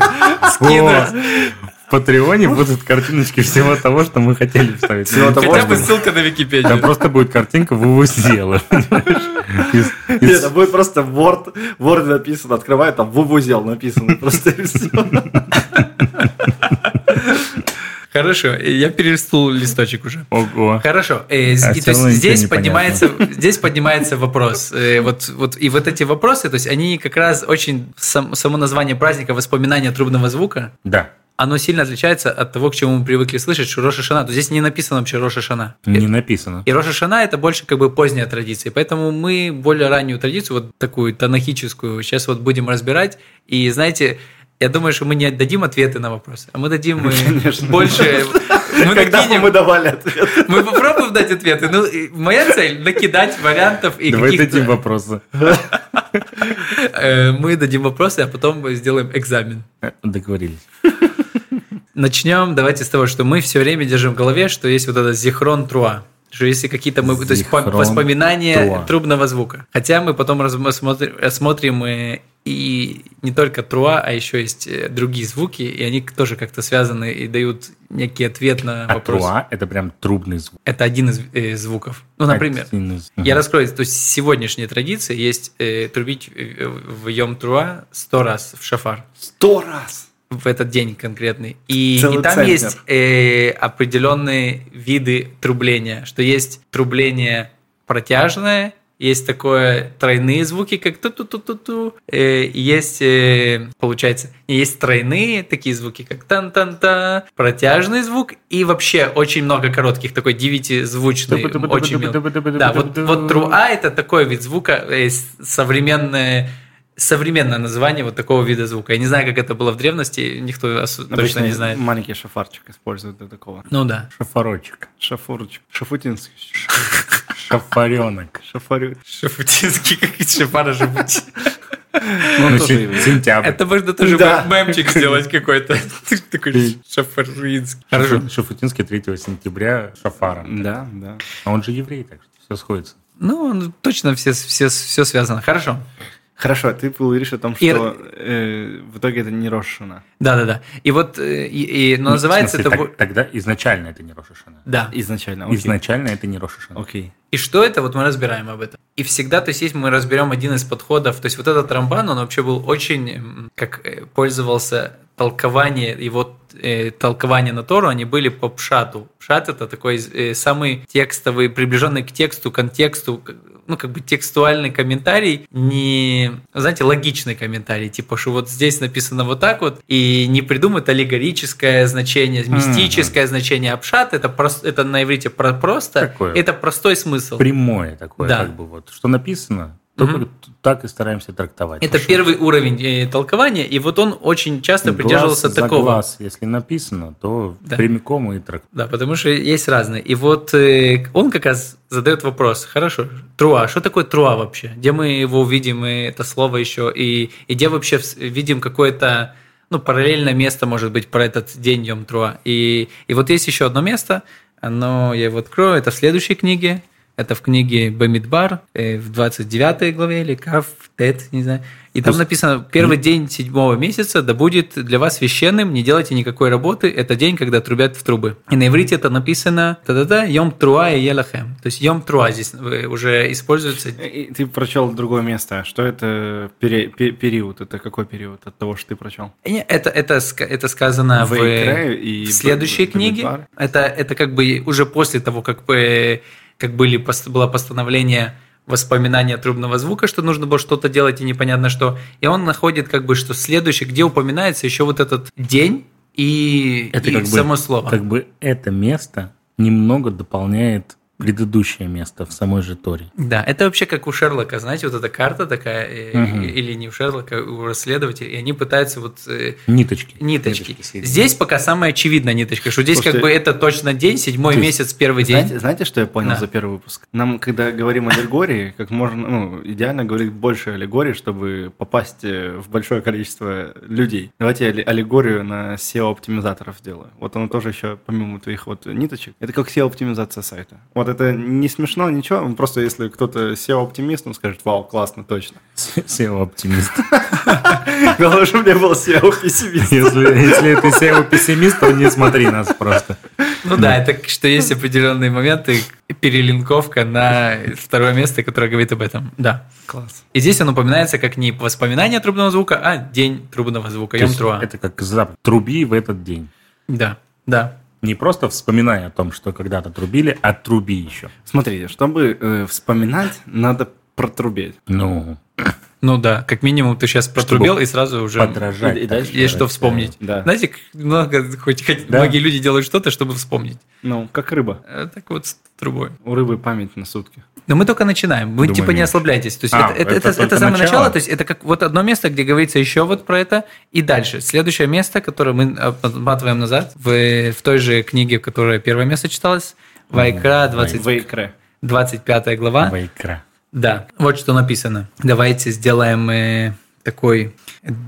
Speaker 2: скинуть.
Speaker 4: В Патреоне будут картиночки всего того, что мы хотели вставить.
Speaker 3: Всего того,
Speaker 2: Хотя бы
Speaker 3: что-
Speaker 2: ссылка на
Speaker 4: Там
Speaker 2: Википедию.
Speaker 4: просто будет картинка вы сделали.
Speaker 3: Нет, это будет просто Word, Word написано, открывает, там вузел написано. Просто и всё.
Speaker 2: Хорошо, э, я перелистнул листочек уже.
Speaker 4: Ого.
Speaker 2: Хорошо. э, з-
Speaker 4: А всё
Speaker 2: и то есть
Speaker 4: равно ничего
Speaker 2: здесь
Speaker 4: не
Speaker 2: поднимается, здесь поднимается вопрос. Э, вот, вот и вот эти вопросы, то есть они как раз очень сам- само название праздника воспоминания трубного звука.
Speaker 4: Да.
Speaker 2: оно сильно отличается от того, к чему мы привыкли слышать, что Роша Шана. То здесь не написано вообще Роша Шана.
Speaker 4: Не написано.
Speaker 2: И Роша Шана это больше как бы поздняя традиция. Поэтому мы более раннюю традицию, вот такую танахическую, сейчас вот будем разбирать. И знаете, я думаю, что мы не дадим ответы на вопросы, а мы дадим э,
Speaker 3: Конечно.
Speaker 2: больше... Мы
Speaker 3: Когда бы
Speaker 2: накинем-
Speaker 3: мы давали ответ?
Speaker 2: мы попробуем дать ответы. Ну, и моя цель – накидать вариантов и
Speaker 4: Давай
Speaker 2: каких-то-
Speaker 4: дадим вопросы.
Speaker 2: Э, Мы дадим вопросы, а потом мы сделаем экзамен.
Speaker 4: Э, Договорились.
Speaker 2: Начнем, давайте с того, что мы все время держим в голове, что есть вот этот зихрон труа. Что если какие-то мы, то есть по-
Speaker 4: Зихрон
Speaker 2: воспоминания
Speaker 4: Труа.
Speaker 2: трубного звука. Хотя мы потом рассмотрим, рассмотрим э, и не только труа, а еще есть э, другие звуки, и они тоже как-то связаны и дают некий ответ на
Speaker 4: А
Speaker 2: вопрос.
Speaker 4: труа – это прям трубный звук.
Speaker 2: Это один из э, звуков. Ну, например,
Speaker 4: Один из-
Speaker 2: я
Speaker 4: Мгм.
Speaker 2: раскрою, то есть сегодняшняя традиция есть э, трубить э, в Йом Труа сто раз в шафар
Speaker 3: Сто раз.
Speaker 2: в этот день конкретный. И,
Speaker 3: Целый
Speaker 2: и там
Speaker 3: центр.
Speaker 2: есть э, определенные виды трубления, что есть трубление протяжное, есть такое тройные звуки, как ту-ту-ту-ту-ту, э, и есть, э, получается, и есть тройные такие звуки, как тан-тан-та, протяжный звук и вообще очень много коротких, такой девятизвучный, очень мелкий. Да, вот, вот труа А, это такой вид звука, э, с- современное, современное название вот такого вида звука. Я не знаю, как это было в древности, никто ос- точно не знает.
Speaker 3: Маленький шафарчик используют для такого.
Speaker 2: Ну да.
Speaker 4: Шафарочек.
Speaker 3: Шафурчик. Шафутинский.
Speaker 4: Шафаренок.
Speaker 3: Шафарю.
Speaker 2: Шафутинский, как из шапара шафути.
Speaker 4: Ну,
Speaker 3: тоже
Speaker 4: сен-
Speaker 3: его.
Speaker 4: Сентябрь.
Speaker 2: Это можно тоже
Speaker 3: Да.
Speaker 2: мем- мемчик сделать какой-то. Такой шафаринский. Хорошо.
Speaker 4: Шафутинский 3 сентября Шафара.
Speaker 3: Да, да.
Speaker 4: А он же еврей, так что все сходится.
Speaker 2: Ну, ну, точно все, все, все связано. Хорошо.
Speaker 3: Хорошо, ты говоришь о том,
Speaker 2: И-
Speaker 3: что э, в итоге это не Рошина.
Speaker 2: Да-да-да. И вот, э, и, и- но
Speaker 4: Ну,
Speaker 2: называется
Speaker 4: в
Speaker 2: это... Ну,
Speaker 4: смысле,
Speaker 2: бо-
Speaker 4: так- Тогда изначально это не Рошашана.
Speaker 2: Да.
Speaker 3: Изначально. окей.
Speaker 4: Изначально это не Рошашана.
Speaker 3: Окей.
Speaker 2: И что это, вот мы разбираем об этом. И всегда, то есть, есть мы разберем один из подходов, то есть, вот этот Рамбан, он вообще был очень, м, как э, пользовался толкование, его э, толкования на Тору, они были по пшату. Пшат – это такой э, самый текстовый, приближенный к тексту, контексту, к- ну, как бы текстуальный комментарий, не, знаете, логичный комментарий, типа, что вот здесь написано вот так вот, и не придумать аллегорическое значение, мистическое значение обшат, это, прос- это на иврите про- просто,
Speaker 4: Такое.
Speaker 2: это простой смысл.
Speaker 4: Прямое такое,
Speaker 2: Да.
Speaker 4: как бы вот, что написано, только
Speaker 2: Мгм.
Speaker 4: так и стараемся трактовать.
Speaker 2: Это
Speaker 4: Потому
Speaker 2: первый уровень э, толкования, и вот он очень часто
Speaker 4: что
Speaker 2: придерживался
Speaker 4: глаз за
Speaker 2: такого.
Speaker 4: глаз, если написано, то
Speaker 2: Да.
Speaker 4: прямиком и трактовать.
Speaker 2: Да, потому что есть разные. И вот э, он как раз задает вопрос. Хорошо, труа. Что такое труа вообще? Где мы его увидим, и это слово еще? И, и где вообще вс- видим какое-то ну, параллельное место, может быть, про этот день Йом Труа. И, и вот есть еще одно место, оно, я его открою, это в следующей книге, это в книге Бамидбар, э, в 29 главе, или Кав, Тет, не знаю. И там
Speaker 4: есть-
Speaker 2: написано, первый день седьмого месяца да будет для вас священным, не делайте никакой работы, это день, когда трубят в трубы. И на иврите это написано, та-да-да, Йом Труа и Елахем. То есть Йом Труа здесь э, уже используется.
Speaker 3: И ты прочел другое место. А Что это пере- пе- период? Это какой период от того, что ты прочел?
Speaker 2: Не, Это, это, ска- это сказано в...
Speaker 3: Вейкре и
Speaker 2: в следующей
Speaker 3: Б- Б-
Speaker 2: книге
Speaker 3: Бамидбар.
Speaker 2: это, это как бы уже после того, как, бы, как были, пос- было постановление воспоминания трубного звука, что нужно было что-то делать и непонятно что. И он находит как бы, что следующий, где упоминается еще вот этот день и,
Speaker 4: Это
Speaker 2: и
Speaker 4: как бы-
Speaker 2: само слово.
Speaker 4: Как бы это место немного дополняет предыдущее место в самой же Торе.
Speaker 2: Да, это вообще как у Шерлока, знаете, вот эта карта такая, э,
Speaker 4: Мгм.
Speaker 2: или не у Шерлока, у расследователей, и они пытаются вот э,
Speaker 4: Ниточки.
Speaker 2: ниточки.
Speaker 4: соединить.
Speaker 2: Здесь пока самая очевидная ниточка, что здесь как
Speaker 3: Слушайте,
Speaker 2: бы это точно день, седьмой
Speaker 4: то есть,
Speaker 2: месяц, первый день.
Speaker 3: Знаете, знаете, что я понял
Speaker 2: Да.
Speaker 3: за первый выпуск? Нам, когда говорим аллегории, как можно, ну, идеально говорить больше аллегорий, чтобы попасть э, в большое количество людей. Давайте я алле- аллегорию на SEO-оптимизаторов сделаю. Вот оно тоже еще, помимо твоих вот ниточек, это как SEO-оптимизация сайта. Вот это не смешно, ничего, просто если кто-то SEO-оптимист, он скажет, вау, классно, точно.
Speaker 4: SEO-оптимист.
Speaker 3: Главное, чтобы не был SEO-пессимист.
Speaker 4: Если, если ты SEO-пессимист, то не смотри нас просто.
Speaker 2: Ну да, это к- что есть определенные моменты, перелинковка на второе место, которое говорит об этом. Да.
Speaker 3: Класс.
Speaker 2: И здесь он упоминается как не воспоминание трубного звука, а день трубного звука,
Speaker 4: То
Speaker 2: Йом
Speaker 4: есть
Speaker 2: Труа.
Speaker 4: Это как запах. Труби в этот день.
Speaker 2: Да, да.
Speaker 4: Не просто вспоминай о том, что когда-то трубили, а труби еще.
Speaker 3: Смотрите, чтобы э, вспоминать, надо протрубеть.
Speaker 4: Ну,
Speaker 2: Ну да, как минимум ты сейчас протрубил и сразу уже
Speaker 4: подражать.
Speaker 3: и- и дальше
Speaker 2: есть что вспомнить.
Speaker 3: Да.
Speaker 2: Знаете, к- много, хоть, хоть
Speaker 4: Да.
Speaker 2: многие люди делают что-то, чтобы вспомнить.
Speaker 3: Ну, как рыба.
Speaker 2: Э, Так вот с трубой.
Speaker 3: У рыбы память на сутки.
Speaker 2: Но мы только начинаем. Вы
Speaker 4: Думаю,
Speaker 2: типа не
Speaker 4: меньше.
Speaker 2: ослабляйтесь. То есть
Speaker 4: А,
Speaker 2: это, это,
Speaker 4: это
Speaker 2: это- это
Speaker 4: только
Speaker 2: самое начало.
Speaker 4: начало?
Speaker 2: то есть это как вот одно место, где говорится еще вот про это, и дальше. Следующее место, которое мы отматываем назад, в, в той же книге, в которой первое место читалось, Вайкра, 20
Speaker 3: Вейкре.
Speaker 2: 25 глава.
Speaker 4: Вайкра.
Speaker 2: Да, вот что написано. Давайте сделаем э, такой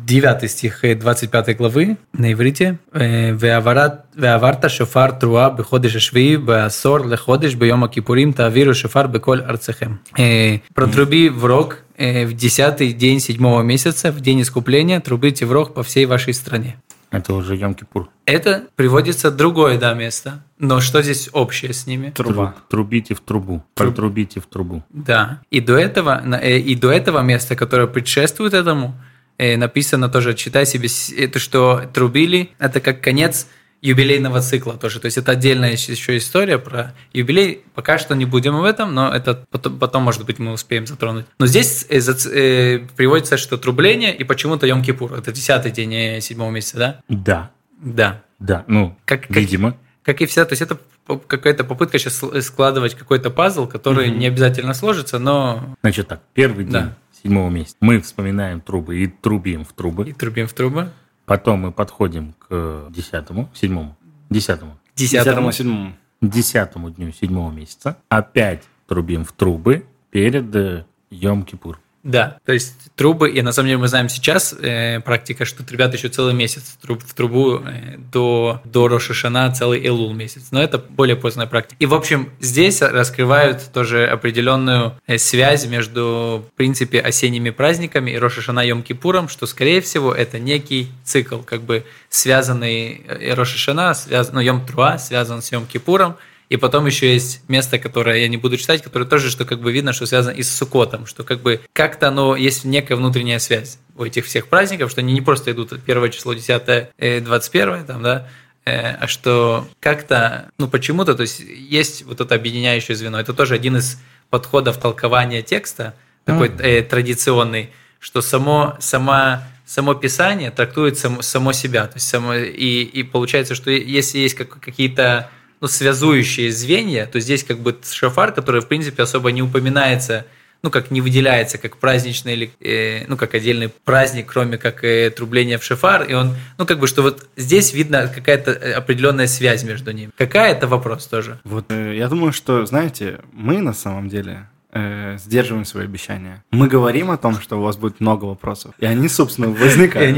Speaker 2: 9 стих э, 25 главы на иврите. Э, «Веаварат- «Веаварта шофар труа беходиш шви беасор леходиш бейома кипурим тавиру шофар беколь арцехем». Э, «Протруби в рог э, в десятый день седьмого месяца, в день искупления, трубите в рог по всей вашей стране».
Speaker 4: Это уже Йом-Кипур.
Speaker 2: Это приводится другое да, место. Но что здесь общее с ними?
Speaker 3: Труба.
Speaker 4: Тру- Трубите в трубу. Протрубите в трубу.
Speaker 2: Да. И до этого, на- э, и до этого места, которое предшествует этому, э, написано тоже, читай себе, с- это что трубили, это как конец юбилейного цикла тоже. То есть это отдельная еще- еще история про юбилей. Пока что не будем об этом, но это потом, потом, может быть, мы успеем затронуть. Но здесь э, зац- э, приводится, что трубление и почему-то Йом-Кипур. Это десятый день э, седьмого месяца, да?
Speaker 4: Да.
Speaker 2: Да.
Speaker 4: Да. Ну,
Speaker 2: Как- как-
Speaker 4: видимо.
Speaker 2: Как и вся, то есть это п- какая-то попытка сейчас складывать какой-то пазл, который не обязательно сложится, но
Speaker 4: Значит так, первый день
Speaker 2: Да.
Speaker 4: седьмого месяца мы вспоминаем трубы и трубим в
Speaker 2: и
Speaker 4: трубы.
Speaker 2: трубим в трубы.
Speaker 4: Потом мы подходим к э, десятому, седьмому, десятому,
Speaker 2: Десятому.
Speaker 3: седьмому.
Speaker 4: десятому дню седьмого месяца. Опять трубим в трубы перед э, Йом-Кипур.
Speaker 2: Да, то есть трубы, и на самом деле мы знаем сейчас э, практика, что ребята еще целый месяц труб, в трубу э, до, до Рошашана целый Элул месяц, но это более поздняя практика. И, в общем, здесь раскрывают тоже определенную э, связь между, в принципе, осенними праздниками и Рошашана Йом-Кипуром, что, скорее всего, это некий цикл, как бы связанный э, Рошашана, связ... ну, Йом-Труа связан с Йом-Кипуром, И потом еще есть место, которое я не буду читать, которое тоже, что как бы видно, что связано и с Сукотом, что как бы как-то оно есть некая внутренняя связь у этих всех праздников, что они не просто идут от 1 число, 10, э, 21, там, да, э, а что как-то, ну почему-то, то есть есть вот это объединяющее звено. Это тоже один из подходов толкования текста, такой э, традиционный, что само, сама, само писание трактует само, само себя. То есть само, и, и получается, что если есть как, какие-то ну, связующие звенья, то здесь как бы шафар, который, в принципе, особо не упоминается, ну, как не выделяется, как праздничный, или, э, ну, как отдельный праздник, кроме как э, трубления в шафар, и он, ну, как бы, что вот здесь видно какая-то э, определенная связь между ними. Какая это вопрос тоже?
Speaker 3: Вот э, я думаю, что, знаете, мы на самом деле э, сдерживаем свои обещания. Мы говорим о том, что у вас будет много вопросов, и они, собственно,
Speaker 2: И они
Speaker 3: возникают.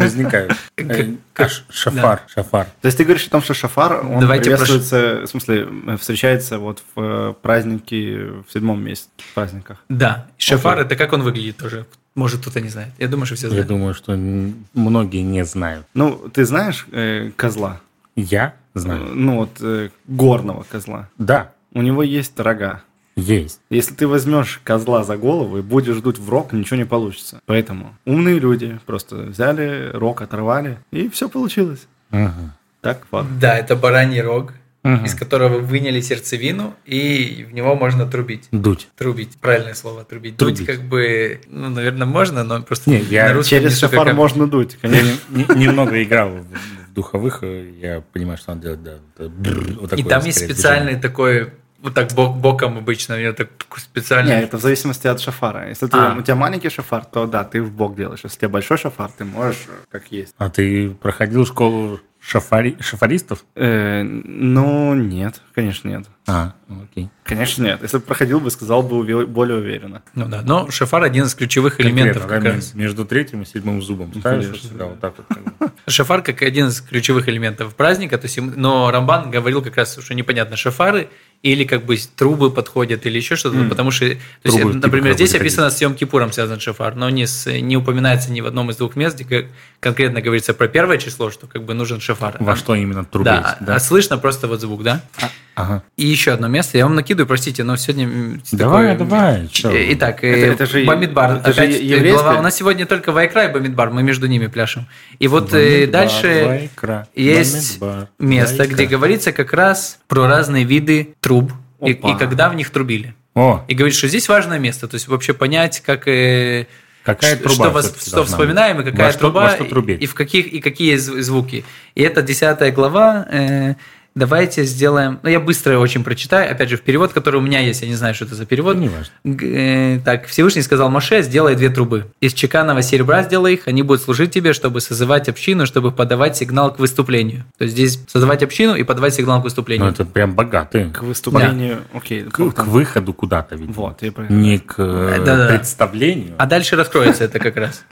Speaker 4: Возникают. Э, а, ш- Шафар, шафар.
Speaker 3: То есть ты говоришь о том, что шафар, он
Speaker 2: Давайте
Speaker 3: приветствуется, в смысле, э, встречается вот в э, празднике в седьмом месяце, в праздниках.
Speaker 2: Да, шафар, это как он выглядит тоже? Может, кто-то не знает. Я думаю, что все
Speaker 4: Я
Speaker 2: знают.
Speaker 4: думаю, что м- многие не знают.
Speaker 3: Ну, ты знаешь э, козла?
Speaker 4: Я
Speaker 3: Э,
Speaker 4: знаю.
Speaker 3: Ну, вот э, горного козла.
Speaker 4: Да,
Speaker 3: У него есть рога.
Speaker 4: есть.
Speaker 3: Если ты возьмешь козла за голову и будешь дуть в рог, ничего не получится. Поэтому умные люди просто взяли, рог оторвали, и все получилось.
Speaker 4: Мгм.
Speaker 3: Так, вот.
Speaker 2: Да, это бараний рог,
Speaker 4: Мгм.
Speaker 2: из которого выняли сердцевину, и в него можно трубить.
Speaker 4: Дуть.
Speaker 2: Трубить, правильное слово, трубить. Дуть
Speaker 4: Трубить.
Speaker 2: как бы, ну, наверное, можно, но просто
Speaker 4: Не, я
Speaker 2: на русском
Speaker 3: Через
Speaker 2: языке
Speaker 3: шафар
Speaker 2: как-
Speaker 3: можно дуть,
Speaker 4: Я
Speaker 3: конечно.
Speaker 4: не- не- немного играл в- в духовых, э, я понимаю, что надо делать, да. это бррр, вот
Speaker 2: И
Speaker 4: такое
Speaker 2: там есть
Speaker 4: скорее
Speaker 2: специальный такой, вот так бок, боком обычно, у него так специальный.
Speaker 3: Не, это в зависимости от шафара. Если ты-
Speaker 2: А.
Speaker 3: у тебя маленький шафар, то да, ты в бок делаешь. Если у тебя большой шафар, ты можешь э, как есть.
Speaker 4: движение. А ты проходил школу шафари- шафаристов?
Speaker 3: Э, ну, нет, конечно, нет.
Speaker 4: А,
Speaker 2: ну
Speaker 4: окей.
Speaker 3: Конечно, нет. Если бы проходил бы, сказал бы уве- более уверенно.
Speaker 2: Ну да, но шафар один из ключевых элементов.
Speaker 4: Конкретно,
Speaker 2: как
Speaker 4: да,
Speaker 2: раз.
Speaker 4: Между третьим и седьмым зубом ставишь вот
Speaker 3: конечно.
Speaker 4: сюда, вот так вот. как бы.
Speaker 2: Шафар как один из ключевых элементов праздника, то есть, им- но Рамбан говорил как раз, что непонятно, шафары или как бы трубы подходят или еще что-то, ну, потому что, то есть, э,
Speaker 4: Трубы, типа,
Speaker 2: например,
Speaker 4: как
Speaker 2: здесь
Speaker 4: бы
Speaker 2: описано с Йом Кипуром связан шафар, но не, с- не упоминается ни в одном из двух мест, где как- конкретно говорится про первое число, что как бы нужен шафар.
Speaker 4: Во
Speaker 2: А-
Speaker 4: что именно трубить,
Speaker 2: Да, а
Speaker 4: да?
Speaker 2: слышно просто вот звук, да?
Speaker 4: Ага.
Speaker 2: И еще одно место, я вам накидываю, простите, но сегодня... м,
Speaker 4: Давай,
Speaker 2: такое-
Speaker 4: давай, чё вы.
Speaker 2: Э, Итак,
Speaker 3: Это-
Speaker 2: э,
Speaker 3: это же-
Speaker 2: Бамидбар.
Speaker 3: это же
Speaker 2: опять
Speaker 3: е-
Speaker 2: э, глава.
Speaker 3: еврейская?
Speaker 2: У нас сегодня только Вайкра и Бамидбар, мы между ними пляшем. И вот э,
Speaker 4: Бамидбар,
Speaker 2: дальше
Speaker 4: Вайкра,
Speaker 2: есть
Speaker 4: Бамидбар,
Speaker 2: место,
Speaker 4: Вайкра.
Speaker 2: где говорится как раз про разные виды труб и,
Speaker 3: Опа.
Speaker 2: и когда в них трубили.
Speaker 4: О,
Speaker 2: И говорит, что здесь важное место, то есть вообще понять, как... э,
Speaker 4: какая
Speaker 2: ш-
Speaker 4: труба
Speaker 2: что, вос-
Speaker 4: всё-таки
Speaker 2: что
Speaker 4: должна
Speaker 2: вспоминаем и
Speaker 4: быть?
Speaker 2: какая
Speaker 4: Во что-
Speaker 2: труба
Speaker 4: во что
Speaker 2: и-
Speaker 4: трубить?
Speaker 2: и, в каких и какие зв- звуки. И это 10 глава. э, давайте сделаем. Ну я быстро очень прочитаю. Опять же в перевод, который у меня есть, я не знаю, что это за перевод.
Speaker 4: Ну, неважно.
Speaker 2: Г- э, так Всевышний сказал Маше, сделай две трубы из чеканного серебра, сделай их. Они будут служить тебе, чтобы созывать общину, чтобы подавать сигнал к выступлению. То есть здесь созывать общину и подавать сигнал
Speaker 4: Ну,
Speaker 2: к выступлению.
Speaker 4: это прям богатый.
Speaker 3: К выступлению... Окей.
Speaker 4: К, к выходу куда-то, видимо.
Speaker 3: Вот, я про это.
Speaker 4: Не к э,
Speaker 2: Да-да.
Speaker 4: представлению,
Speaker 2: А дальше раскроется это как раз.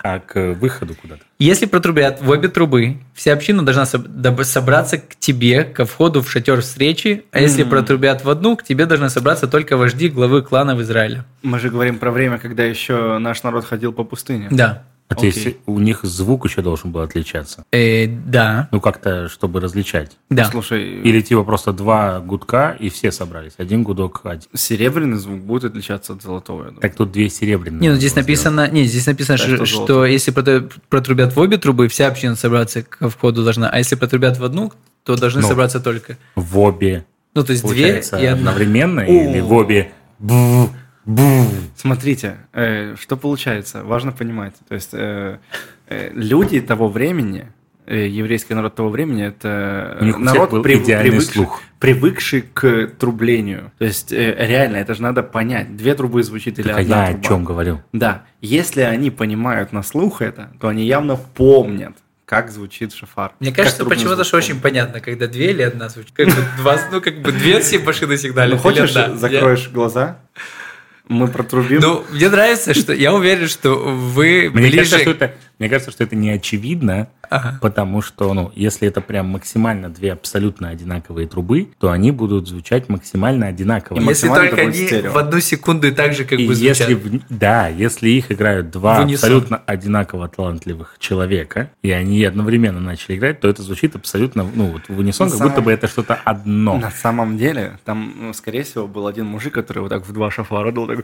Speaker 4: а к выходу куда-то.
Speaker 2: Если протрубят в обе трубы, вся община должна соб- доб- собраться к тебе, ко входу в шатер встречи, а если протрубят в одну, к тебе должны собраться только вожди главы клана в Израиле.
Speaker 3: Мы же говорим про время, когда еще наш народ ходил по пустыне.
Speaker 2: Да.
Speaker 4: А то
Speaker 3: Окей.
Speaker 4: есть у них звук еще должен был отличаться.
Speaker 2: Э, да,
Speaker 4: Ну, как-то, чтобы различать.
Speaker 2: да.
Speaker 3: Слушай,
Speaker 4: Или типа просто два гудка, и все собрались. Один гудок, один.
Speaker 3: серебряный звук будет отличаться от золотого, я думаю.
Speaker 4: Так тут две серебряные.
Speaker 2: Не, ну здесь
Speaker 4: было сделано.
Speaker 2: написано, не, здесь написано,
Speaker 3: Да,
Speaker 2: что,
Speaker 3: что
Speaker 2: что
Speaker 3: золото.
Speaker 2: если протру- протрубят в обе трубы, вся община собраться ко входу должна, а если протрубят в одну, то должны
Speaker 4: Ну.
Speaker 2: собраться только.
Speaker 4: В обе,
Speaker 2: Ну, то есть
Speaker 4: получается,
Speaker 2: две и одна.
Speaker 4: одновременно, или в обе... бу- бу.
Speaker 3: Смотрите, э, что получается, важно понимать. То есть э, э, люди того времени, э, еврейский народ того времени, это
Speaker 4: У них у всех
Speaker 3: народ
Speaker 4: был
Speaker 3: прив-
Speaker 4: идеальный
Speaker 3: привыкший,
Speaker 4: слух.
Speaker 3: привыкший к трублению. То есть э, реально, это же надо понять, две трубы звучит или
Speaker 4: Так а
Speaker 3: одна
Speaker 4: я о
Speaker 3: труба.
Speaker 4: чем говорил?
Speaker 3: Да, если они понимают на слух это, то они явно помнят, как звучит шафар.
Speaker 2: Мне
Speaker 3: Как
Speaker 2: кажется,
Speaker 3: трубный
Speaker 2: почему-то
Speaker 3: звук
Speaker 2: что очень
Speaker 3: помнят.
Speaker 2: понятно, когда две или одна звучит. Как бы два, ну как бы две все машины сигналят.
Speaker 3: Ну,
Speaker 2: или
Speaker 3: хочешь,
Speaker 2: одна. Я-
Speaker 3: закроешь глаза, мы протрубим.
Speaker 2: Ну, мне нравится, что я уверен, что вы
Speaker 4: Мне
Speaker 2: ближе...
Speaker 4: кажется, что это, мне кажется, что это не очевидно,
Speaker 2: Ага.
Speaker 4: потому что, ну, если это прям максимально две абсолютно одинаковые трубы, то они будут звучать максимально одинаково.
Speaker 3: И мы-
Speaker 2: Если
Speaker 3: максимально
Speaker 2: только
Speaker 3: это будет
Speaker 2: они
Speaker 3: стерео.
Speaker 2: в одну секунду и так же как
Speaker 4: И
Speaker 2: бы звучат.
Speaker 4: если, в- да, если их играют два
Speaker 2: В унисон.
Speaker 4: абсолютно одинаково талантливых человека, и они одновременно начали играть, то это звучит абсолютно, ну, вот в унисон,
Speaker 3: На
Speaker 4: как будто
Speaker 3: самом-
Speaker 4: бы это что-то одно.
Speaker 3: На самом деле, там, ну, скорее всего, был один мужик, который вот так в два шафара дал, такой,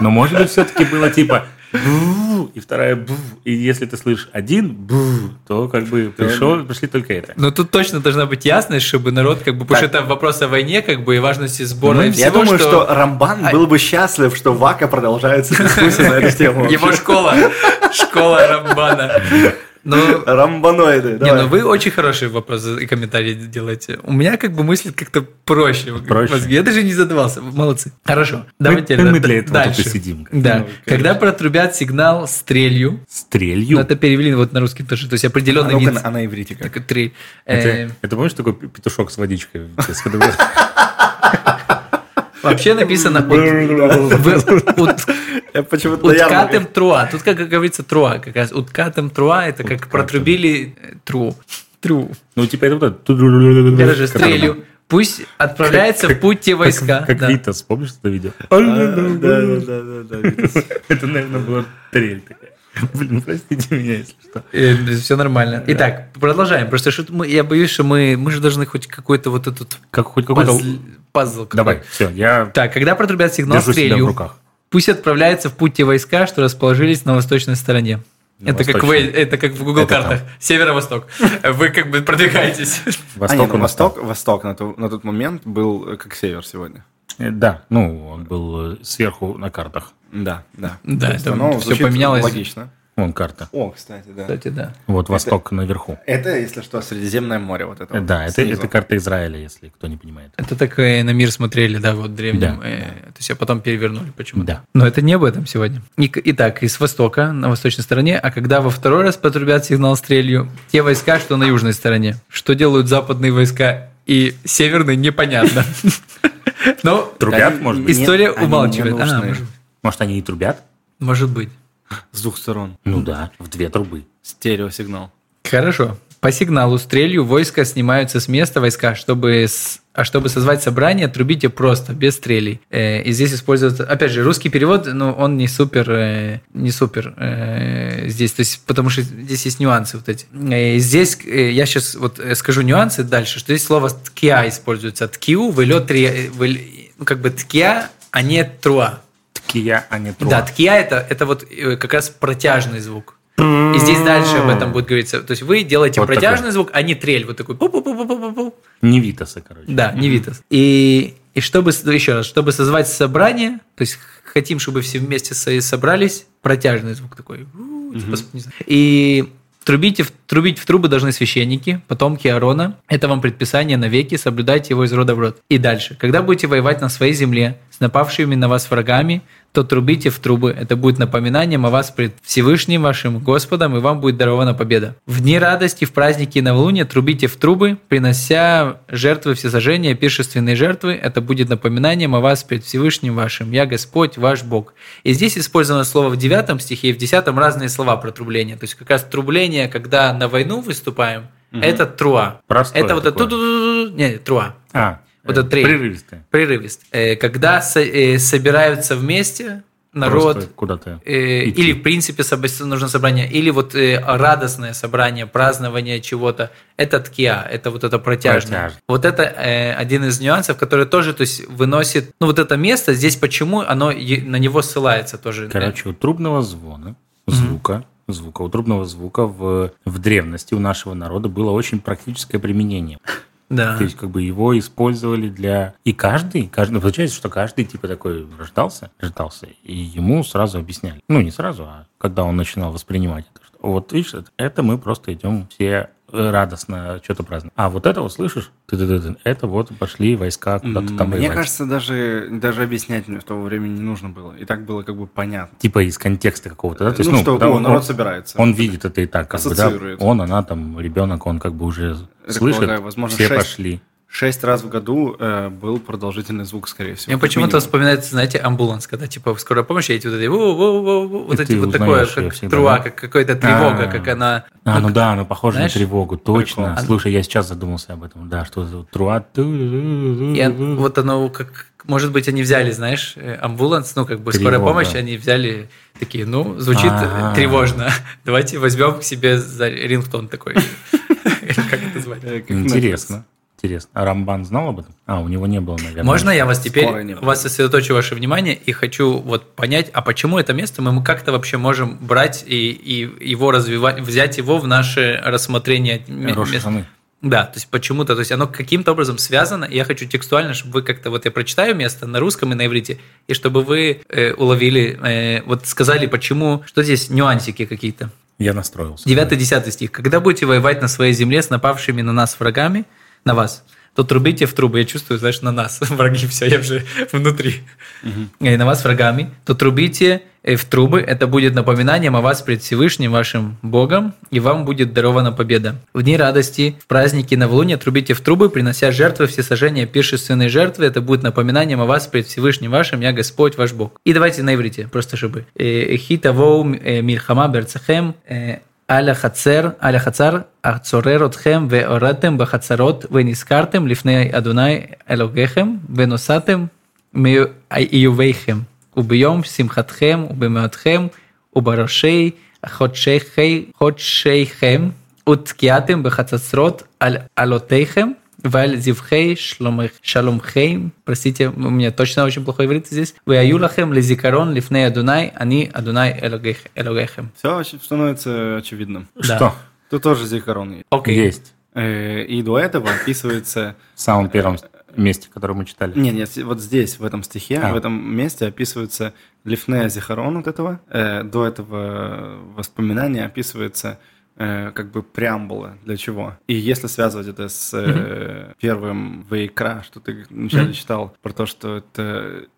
Speaker 4: Но, может быть, все-таки было типа... «Бу-у-у», бу, и вторая бу. И если ты слышишь один бу, то как бы пришел, пришли только это.
Speaker 2: Но тут точно должна быть ясность, чтобы народ, как бы, потому что там вопрос о войне, как бы, и важности сбора
Speaker 4: Ну,
Speaker 2: и всего,
Speaker 3: Я думаю, что Рамбан был бы счастлив, что Вака продолжается дискуссия на эту тему.
Speaker 2: Его школа, школа Рамбана. Ну,
Speaker 3: Рамбаноиды,
Speaker 2: не,
Speaker 3: давай.
Speaker 2: ну вы очень хорошие вопросы и комментарии делаете. У меня как бы мысли как-то проще. в
Speaker 4: Проще.
Speaker 2: мозге. Я даже не задавался. Молодцы. Хорошо. Давайте
Speaker 4: мы
Speaker 2: да-
Speaker 4: для этого
Speaker 2: дальше.
Speaker 4: тут и сидим.
Speaker 2: Да.
Speaker 3: Ну, конечно.
Speaker 2: Когда протрубят сигнал стрелью,
Speaker 4: Стрелью.
Speaker 2: ну, это перевели вот на русский тоже, то есть
Speaker 3: А
Speaker 2: определенный
Speaker 3: ну-ка,
Speaker 2: вид.
Speaker 3: на- а на иврите как?
Speaker 2: Так, трель. Э,
Speaker 4: Это, это помнишь такой пе- петушок с водичкой? Если ты говоришь,
Speaker 2: Вообще написано «Ут- в- ут-
Speaker 3: Я почему-то на
Speaker 2: «Уткатем
Speaker 3: ярмарке.
Speaker 2: труа». Тут, как говорится, труа как раз. «Уткатем труа» — это как протрубили э, тру. Тру.
Speaker 4: ну, типа, это вот это...
Speaker 2: Я даже стрелю. Пусть отправляется в путь те войска.
Speaker 4: Как
Speaker 2: Да. А.
Speaker 4: Витас, помнишь это видео?
Speaker 3: Да, да, да, да, да, Витас.
Speaker 4: Это, наверное, была трель такая. Блин, простите меня, если что.
Speaker 2: Все Э, нормально. Итак, продолжаем. Просто что-то мы- я боюсь, что мы, мы же должны хоть какой-то вот этот
Speaker 4: Как, хоть какой-то...
Speaker 2: пазл. пазл какой-то.
Speaker 4: Давай, все, я
Speaker 2: Так, когда протрубят сигнал
Speaker 4: держу себя в
Speaker 2: стрелью,
Speaker 4: руках.
Speaker 2: пусть отправляется в путь те войска, что расположились на восточной стороне.
Speaker 4: На
Speaker 2: это, как
Speaker 4: восточной.
Speaker 2: вы, это как в Google
Speaker 4: Это там.
Speaker 2: картах. Северо-восток. Вы как бы продвигаетесь.
Speaker 3: А, нет,
Speaker 4: Восток
Speaker 3: ну,
Speaker 4: у нас
Speaker 3: Восток, Восток на ту- на тот момент был э, как север сегодня.
Speaker 4: Э, Да, ну, он был э, сверху на картах.
Speaker 3: Да, да.
Speaker 2: Да,
Speaker 3: То есть
Speaker 2: это
Speaker 3: оно
Speaker 2: всё
Speaker 3: звучит
Speaker 2: поменялось.
Speaker 3: Логично.
Speaker 4: Вон карта.
Speaker 3: О, кстати, да.
Speaker 2: Кстати, да.
Speaker 4: Вот восток наверху.
Speaker 3: Это, если что, Средиземное море вот это.
Speaker 4: Э,
Speaker 3: вот
Speaker 4: Да, это,
Speaker 3: снизу.
Speaker 4: это карта Израиля, если кто не понимает.
Speaker 2: Это так э, на мир смотрели, да, вот
Speaker 4: Да.
Speaker 2: древним. э, То есть, а потом перевернули почему-то.
Speaker 4: Да.
Speaker 2: Но это не об этом сегодня. И- Итак, из востока, на восточной стороне, а когда во второй раз потрубят сигнал стрелью, те войска, что на южной стороне. Что делают западные войска и северные, непонятно. Но
Speaker 4: Трубят, может быть?
Speaker 3: Нет,
Speaker 2: история
Speaker 3: они не
Speaker 2: умалчивает. А,
Speaker 3: нужны.
Speaker 2: может-
Speaker 4: Может, они и трубят?
Speaker 2: Может быть.
Speaker 3: С двух сторон.
Speaker 4: Ну да, в две трубы.
Speaker 3: Стереосигнал.
Speaker 2: Хорошо. По сигналу стрелью войска снимаются с места войска, чтобы с- а чтобы созвать собрание, трубите просто, без стрелей. Э, и здесь используется, опять же, русский перевод, но он не супер, э, не супер э, здесь, то есть, потому что здесь есть нюансы вот эти. Э, здесь, э, я сейчас вот э, скажу нюансы дальше, что здесь слово «ткия» используется, «ткиу», «вылет», ну, как бы «ткия», а не «труа».
Speaker 4: Ткия, а не труба.
Speaker 2: Да, ткия это, это вот э, как раз протяжный звук. И здесь дальше об этом будет говориться. То есть вы делаете
Speaker 4: Вот
Speaker 2: протяжный
Speaker 4: такой.
Speaker 2: звук, а не трель. Вот такой. пу-пу-пу-пу-пу-пу.
Speaker 4: Не Витаса, короче.
Speaker 2: Да, не витас. И, и чтобы, с- еще раз, чтобы созвать собрание, то есть хотим, чтобы все вместе со- собрались, протяжный звук такой. у, типа, не знаю. И трубите, в- трубить в трубы должны священники, потомки Аарона. Это вам предписание навеки, соблюдайте его из рода в род. И дальше. Когда будете воевать на своей земле с напавшими на вас врагами, то трубите в трубы. Это будет напоминанием о вас пред Всевышним вашим Господом, и вам будет дарована победа. В дни радости, в праздники и новолуния трубите в трубы, принося жертвы всесожжения, пиршественные жертвы. Это будет напоминанием о вас пред Всевышним вашим. Я Господь, ваш Бог. И здесь использовано слово в 9 стихе и в 10 разные слова про трубление. То есть как раз трубление, когда на войну выступаем, это труа.
Speaker 4: Простое
Speaker 2: это вот это...
Speaker 4: такое.
Speaker 2: ту-ту-ту-ту-ту. Не, труа.
Speaker 4: А,
Speaker 2: Вот
Speaker 4: э,
Speaker 2: это трель.
Speaker 4: Прерывистая.
Speaker 2: Прерывист. Э, Когда со- э, собираются вместе народ,
Speaker 4: Просто куда-то.
Speaker 2: Э,
Speaker 4: идти.
Speaker 2: или в принципе собо- нужно собрание, или вот э, радостное собрание, празднование чего-то. Это ткия, это вот это протяжное.
Speaker 4: Протяжное.
Speaker 2: Вот это э, один из нюансов, который тоже, то есть выносит, ну вот это место здесь почему оно е- на него ссылается тоже. Э,
Speaker 4: Короче, у трубного звона, звука, звука, у трубного звука в, в древности у нашего народа было очень практическое применение.
Speaker 2: да.
Speaker 3: А.
Speaker 4: То есть, как бы его использовали для... И каждый, каждый, ну, получается, что каждый, типа, такой рождался, рождался, и ему сразу объясняли. Ну, не сразу, а когда он начинал воспринимать это. что вот, видишь, это, это мы просто идем все э, радостно что-то праздновать. А вот это вот слышишь? Ты-ты-ты-ты. Это вот пошли войска куда-то там
Speaker 3: Мне
Speaker 4: воевать.
Speaker 3: кажется, даже, даже объяснять мне в то время не нужно было. И так было как бы понятно.
Speaker 4: Типа из контекста какого-то. Да? То есть,
Speaker 3: ну, что,
Speaker 4: потому-
Speaker 3: о, народ
Speaker 4: он-
Speaker 3: собирается.
Speaker 4: Он видит это и так, как бы, да.
Speaker 3: Ассоциирует.
Speaker 4: Он, она там, ребенок, он как бы уже слышит,
Speaker 3: полагаю, возможно,
Speaker 4: все
Speaker 3: шесть.
Speaker 4: пошли.
Speaker 3: Шесть раз в году э, был продолжительный звук, скорее всего.
Speaker 2: Мне
Speaker 3: как
Speaker 2: почему-то
Speaker 3: минимум.
Speaker 2: вспоминается, знаете, амбуланс, когда типа скорая помощь, и эти вот эти, «Воу-воу-воу-воу», вот
Speaker 4: И
Speaker 2: эти
Speaker 4: ты
Speaker 2: вот такое,
Speaker 4: узнаешь её
Speaker 2: как
Speaker 4: всегда,
Speaker 2: труа,
Speaker 4: да?
Speaker 2: как какая-то тревога,
Speaker 4: А.
Speaker 2: как она...
Speaker 4: А, ну
Speaker 2: как-
Speaker 4: да, оно похоже
Speaker 2: знаешь, А
Speaker 4: на тревогу, точно.
Speaker 3: прикол.
Speaker 4: Слушай, я сейчас задумался об этом, да, что за труа.
Speaker 2: И он- вот оно как... Может быть, они взяли, знаешь, э, амбуланс, ну, как бы скорая
Speaker 4: Тревога.
Speaker 2: помощь, они взяли такие, ну, звучит э,
Speaker 4: А-а.
Speaker 2: тревожно. Давайте возьмем к себе за рингтон такой. Как это звать?
Speaker 3: Э, как
Speaker 4: Интересно.
Speaker 3: Netflix.
Speaker 4: Интересно. А Рамбан знал об этом? А, у него не было, наверное.
Speaker 2: Можно я вас теперь,
Speaker 3: Скоро не будет.
Speaker 2: вас сосредоточу ваше внимание и хочу вот понять, а почему это место мы, мы как-то вообще можем брать и, и его развивать, взять его в наше рассмотрение ме-
Speaker 4: Рош
Speaker 2: мест?
Speaker 4: Хашаны.
Speaker 2: Да, то есть почему-то, то есть оно каким-то образом связано, и я хочу текстуально, чтобы вы как-то, вот я прочитаю место на русском и на иврите, и чтобы вы э, уловили, э, вот сказали, почему, что здесь нюансики какие-то.
Speaker 4: Я настроился.
Speaker 2: 9-10 стих. «Когда будете воевать на своей земле с напавшими на нас врагами, на вас, то трубите в трубы». Я чувствую, знаешь, на нас враги, все, я уже внутри. «И на вас врагами, то трубите э, в трубы. Это будет напоминанием о вас пред Всевышним вашим Богом, и вам будет дарована победа. В дни радости, в праздники новолуния трубите в трубы, принося жертвы всесожжения, пиршественные жертвы. Это будет напоминанием о вас пред Всевышним вашим, я Господь ваш Бог». И давайте на иврите, просто чтобы. Э, «Эхита воу э, мирхама берцахем, э, Аля хацер, аля хацар, הצורר אתכם והורדתם בחצרות ונזכרתם לפני אדוני אלוגיכם ונוסעתם מאיוביכם וביום שמחתכם ובמאותכם ובראשי חודשי- חודשיכם ותקיעתם בחצוצרות על עלותיכם ועל זבחי שלומך- שלומכם, простите, у меня точно очень плохой иврит здесь, והיו לכם לזיכרון לפני אדוני, אני אדוני אלוגיכ- אלוהיכם.
Speaker 3: Все становится очевидным.
Speaker 2: Да.
Speaker 4: Что?
Speaker 3: Тут тоже Зикарон есть.
Speaker 2: Окей.
Speaker 4: Есть.
Speaker 3: Э, И до этого описывается...
Speaker 4: В самом первом месте, которое мы читали.
Speaker 3: Нет, нет, вот здесь, в этом стихе,
Speaker 4: А.
Speaker 3: в этом месте описывается Лифнея Зихарон вот этого. Э, До этого воспоминания описывается э, как бы преамбула для чего. И если связывать это с э, первым Вейкра, что ты вначале
Speaker 2: Мгм.
Speaker 3: читал, про то, что это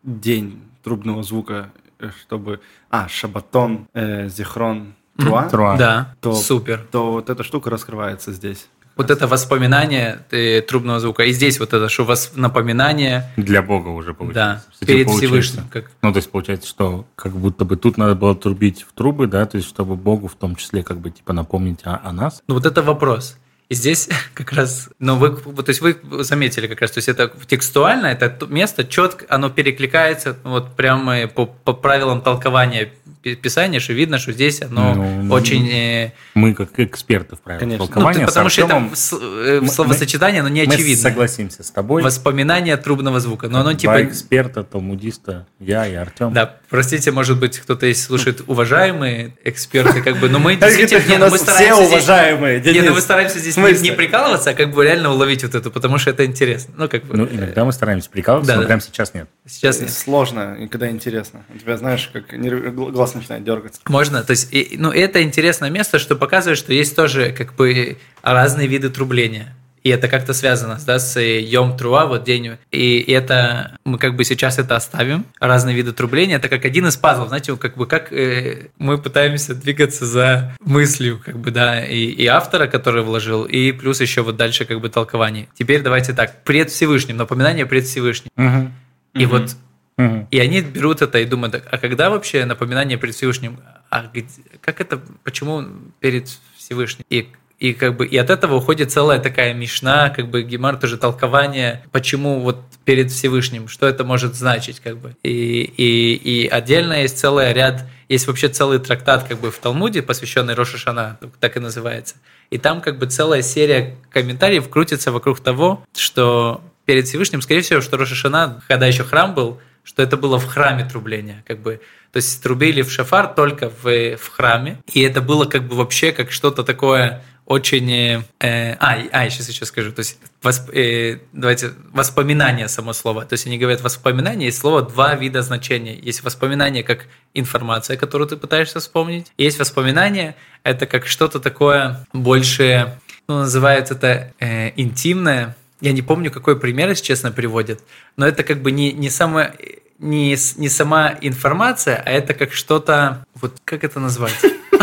Speaker 3: день трубного звука, э, чтобы... А, Шабатон, э, Зихрон,
Speaker 2: Мгм.
Speaker 3: Труа.
Speaker 4: Труа.
Speaker 2: Да,
Speaker 3: То-
Speaker 2: супер.
Speaker 3: То вот эта штука раскрывается здесь.
Speaker 2: Вот это воспоминание э, трубного звука. И здесь вот это, что у вас напоминание
Speaker 4: Для Бога уже
Speaker 2: да,
Speaker 4: получается. Кстати,
Speaker 2: перед
Speaker 4: получается.
Speaker 2: Всевышним. Как,
Speaker 4: Ну, то есть получается, что как будто бы тут надо было трубить в трубы, да, то есть чтобы Богу в том числе как бы типа напомнить о, о нас.
Speaker 2: ну, вот это вопрос. И здесь как раз, ну, вы, вот, то есть вы заметили как раз, то есть это текстуально, это то место четко, оно перекликается вот прямо э, по, по правилам толкования пи- Писания, что видно, что здесь оно
Speaker 4: Ну,
Speaker 2: очень... э,
Speaker 4: Мы как эксперты в правилах
Speaker 3: Конечно. Ну,
Speaker 2: ну,
Speaker 4: толкования
Speaker 2: ты-
Speaker 4: с
Speaker 2: потому что
Speaker 4: Артёмом,
Speaker 2: это в с- э, в
Speaker 4: мы-
Speaker 2: словосочетание, оно не
Speaker 4: мы
Speaker 2: очевидно.
Speaker 4: согласимся с тобой.
Speaker 2: Воспоминание трубного звука. Но
Speaker 4: Как
Speaker 2: оно
Speaker 4: два
Speaker 2: типа
Speaker 4: эксперта, талмудиста, я и Артем.
Speaker 2: Да, простите, может быть, кто-то из слушает уважаемые эксперты, как бы, но мы действительно, не, ну, мы
Speaker 3: все
Speaker 2: стараемся здесь,
Speaker 3: уважаемые,
Speaker 2: не, ну, мы стараемся здесь
Speaker 3: В
Speaker 2: не,
Speaker 3: смысле?
Speaker 2: не прикалываться, а как бы реально уловить вот это, потому что это интересно. Ну, как бы,
Speaker 4: Ну, иногда мы стараемся прикалываться,
Speaker 2: да,
Speaker 4: но
Speaker 2: да.
Speaker 4: прямо сейчас нет.
Speaker 2: сейчас не-
Speaker 3: Э, Сложно, и когда интересно. У тебя, знаешь, как нерв- гл- глаз начинает дергаться.
Speaker 2: Можно, то есть, и- ну, это интересное место, что показывает, что есть тоже, как бы, разные виды трубления. И это как-то связано, да, с э, Йом Труа, вот день. И это, мы как бы сейчас это оставим, разные виды трубления. Это как один из пазлов, знаете, как бы как э, мы пытаемся двигаться за мыслью, как бы, да, и, и автора, который вложил, и плюс еще вот дальше как бы толкование. Теперь давайте так, пред Всевышним, напоминание пред Всевышним.
Speaker 4: Мгм.
Speaker 2: И вот
Speaker 4: Мгм.
Speaker 2: и они берут это и думают, так, а когда вообще напоминание перед Всевышним? А где- как это, почему перед Всевышним? И, и как бы и от этого уходит целая такая мишна, как бы Гемар тоже толкование, почему вот перед Всевышним, что это может значить, как бы. И, и, и отдельно есть целый ряд, есть вообще целый трактат как бы в Талмуде, посвященный Рошашана, так и называется. И там как бы целая серия комментариев крутится вокруг того, что перед Всевышним, скорее всего, что Рошашана, когда еще храм был, что это было в храме трубление, как бы, то есть трубили в шафар только в, в храме, и это было как бы вообще как что-то такое очень, э, э, а, и- а, сейчас еще скажу, то есть, восп- э, давайте, воспоминание само слово, то есть они говорят воспоминание, есть слово два вида значения, есть воспоминание как информация, которую ты пытаешься вспомнить, есть воспоминание, это как что-то такое больше, ну, называют это э, интимное, я не помню, какой пример, если честно, приводит, но это как бы не, не самое не, с- не сама информация, а это как что-то, вот как это назвать?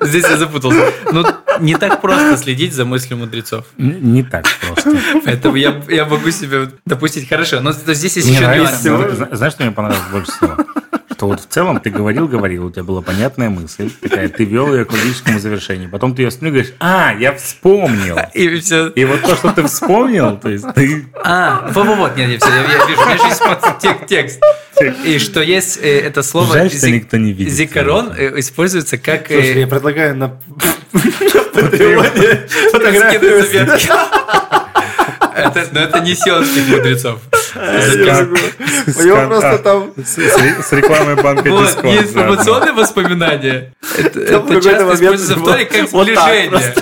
Speaker 2: Здесь я запутался. Ну, не так просто следить за мыслью мудрецов.
Speaker 4: Н- Не так просто.
Speaker 2: Поэтому я, я могу себе вот допустить хорошо. Но то- здесь есть
Speaker 4: Мне
Speaker 2: еще
Speaker 4: нравится-
Speaker 2: нюансы.
Speaker 4: зна- зна- Знаешь, что мне понравилось больше всего? Что вот в целом ты говорил-говорил, у тебя была понятная мысль, такая, ты вел ее к логическому завершению. Потом ты ее остановил и говоришь, а, я вспомнил.
Speaker 2: И все.
Speaker 4: И вот то, что ты вспомнил, то есть ты...
Speaker 2: А, вот, вот, вот, нет, нет, все, я, я вижу, у меня же есть подтек- текст. И что есть э, это слово
Speaker 4: Жаль, что никто не видит.
Speaker 2: зикарон э, используется как... э,
Speaker 3: Слушай, я предлагаю на
Speaker 2: Скидывай заметки. Это- Но это не сионских мудрецов.
Speaker 3: Я не могу. У него просто там
Speaker 5: С, с- с рекламой банка
Speaker 2: Вот,
Speaker 5: Discord,
Speaker 2: не
Speaker 5: да, да.
Speaker 2: информационные воспоминания. Это
Speaker 3: Там в
Speaker 2: это
Speaker 3: какой-то
Speaker 2: часто
Speaker 3: момент
Speaker 2: используется в
Speaker 3: было
Speaker 2: Торе как
Speaker 3: вот так
Speaker 2: сближение.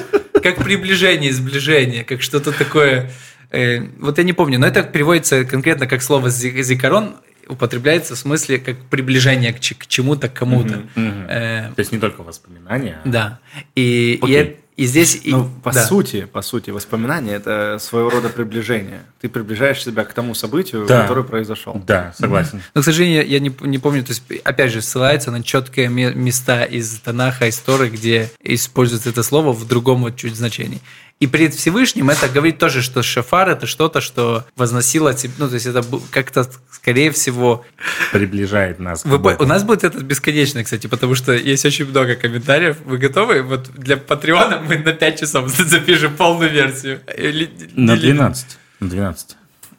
Speaker 2: Как приближение, сближение, как что-то такое. Э, Вот я не помню, но это приводится конкретно как слово зи- «зикарон», употребляется в смысле как приближение к чи- к чему-то, к кому-то.
Speaker 4: Мгм.
Speaker 2: Э,
Speaker 4: То есть не только воспоминания. а-
Speaker 2: Да. И, и,
Speaker 4: Окей.
Speaker 2: э- и здесь... и-
Speaker 3: Ну, по
Speaker 2: да.
Speaker 3: сути, по сути, воспоминания это своего рода приближение. Ты приближаешь себя к тому событию,
Speaker 4: Да.
Speaker 3: который произошел.
Speaker 4: Да, согласен.
Speaker 2: Но, к сожалению, я не, не помню, то есть, опять же, ссылается на четкие ме- места из Танаха, из Торы, где используется это слово в другом вот чуть значении. И перед Всевышним это говорит тоже, что шафар – это что-то, что возносило тебе, ну, то есть это бу- как-то, скорее всего,
Speaker 4: Приближает нас. к
Speaker 2: вы по-
Speaker 4: Богу.
Speaker 2: у нас будет этот бесконечный, кстати, потому что есть очень много комментариев. Вы готовы? Вот для Патреона мы на 5 часов запишем полную версию. Или-
Speaker 4: На
Speaker 2: или-
Speaker 4: 12. На 12.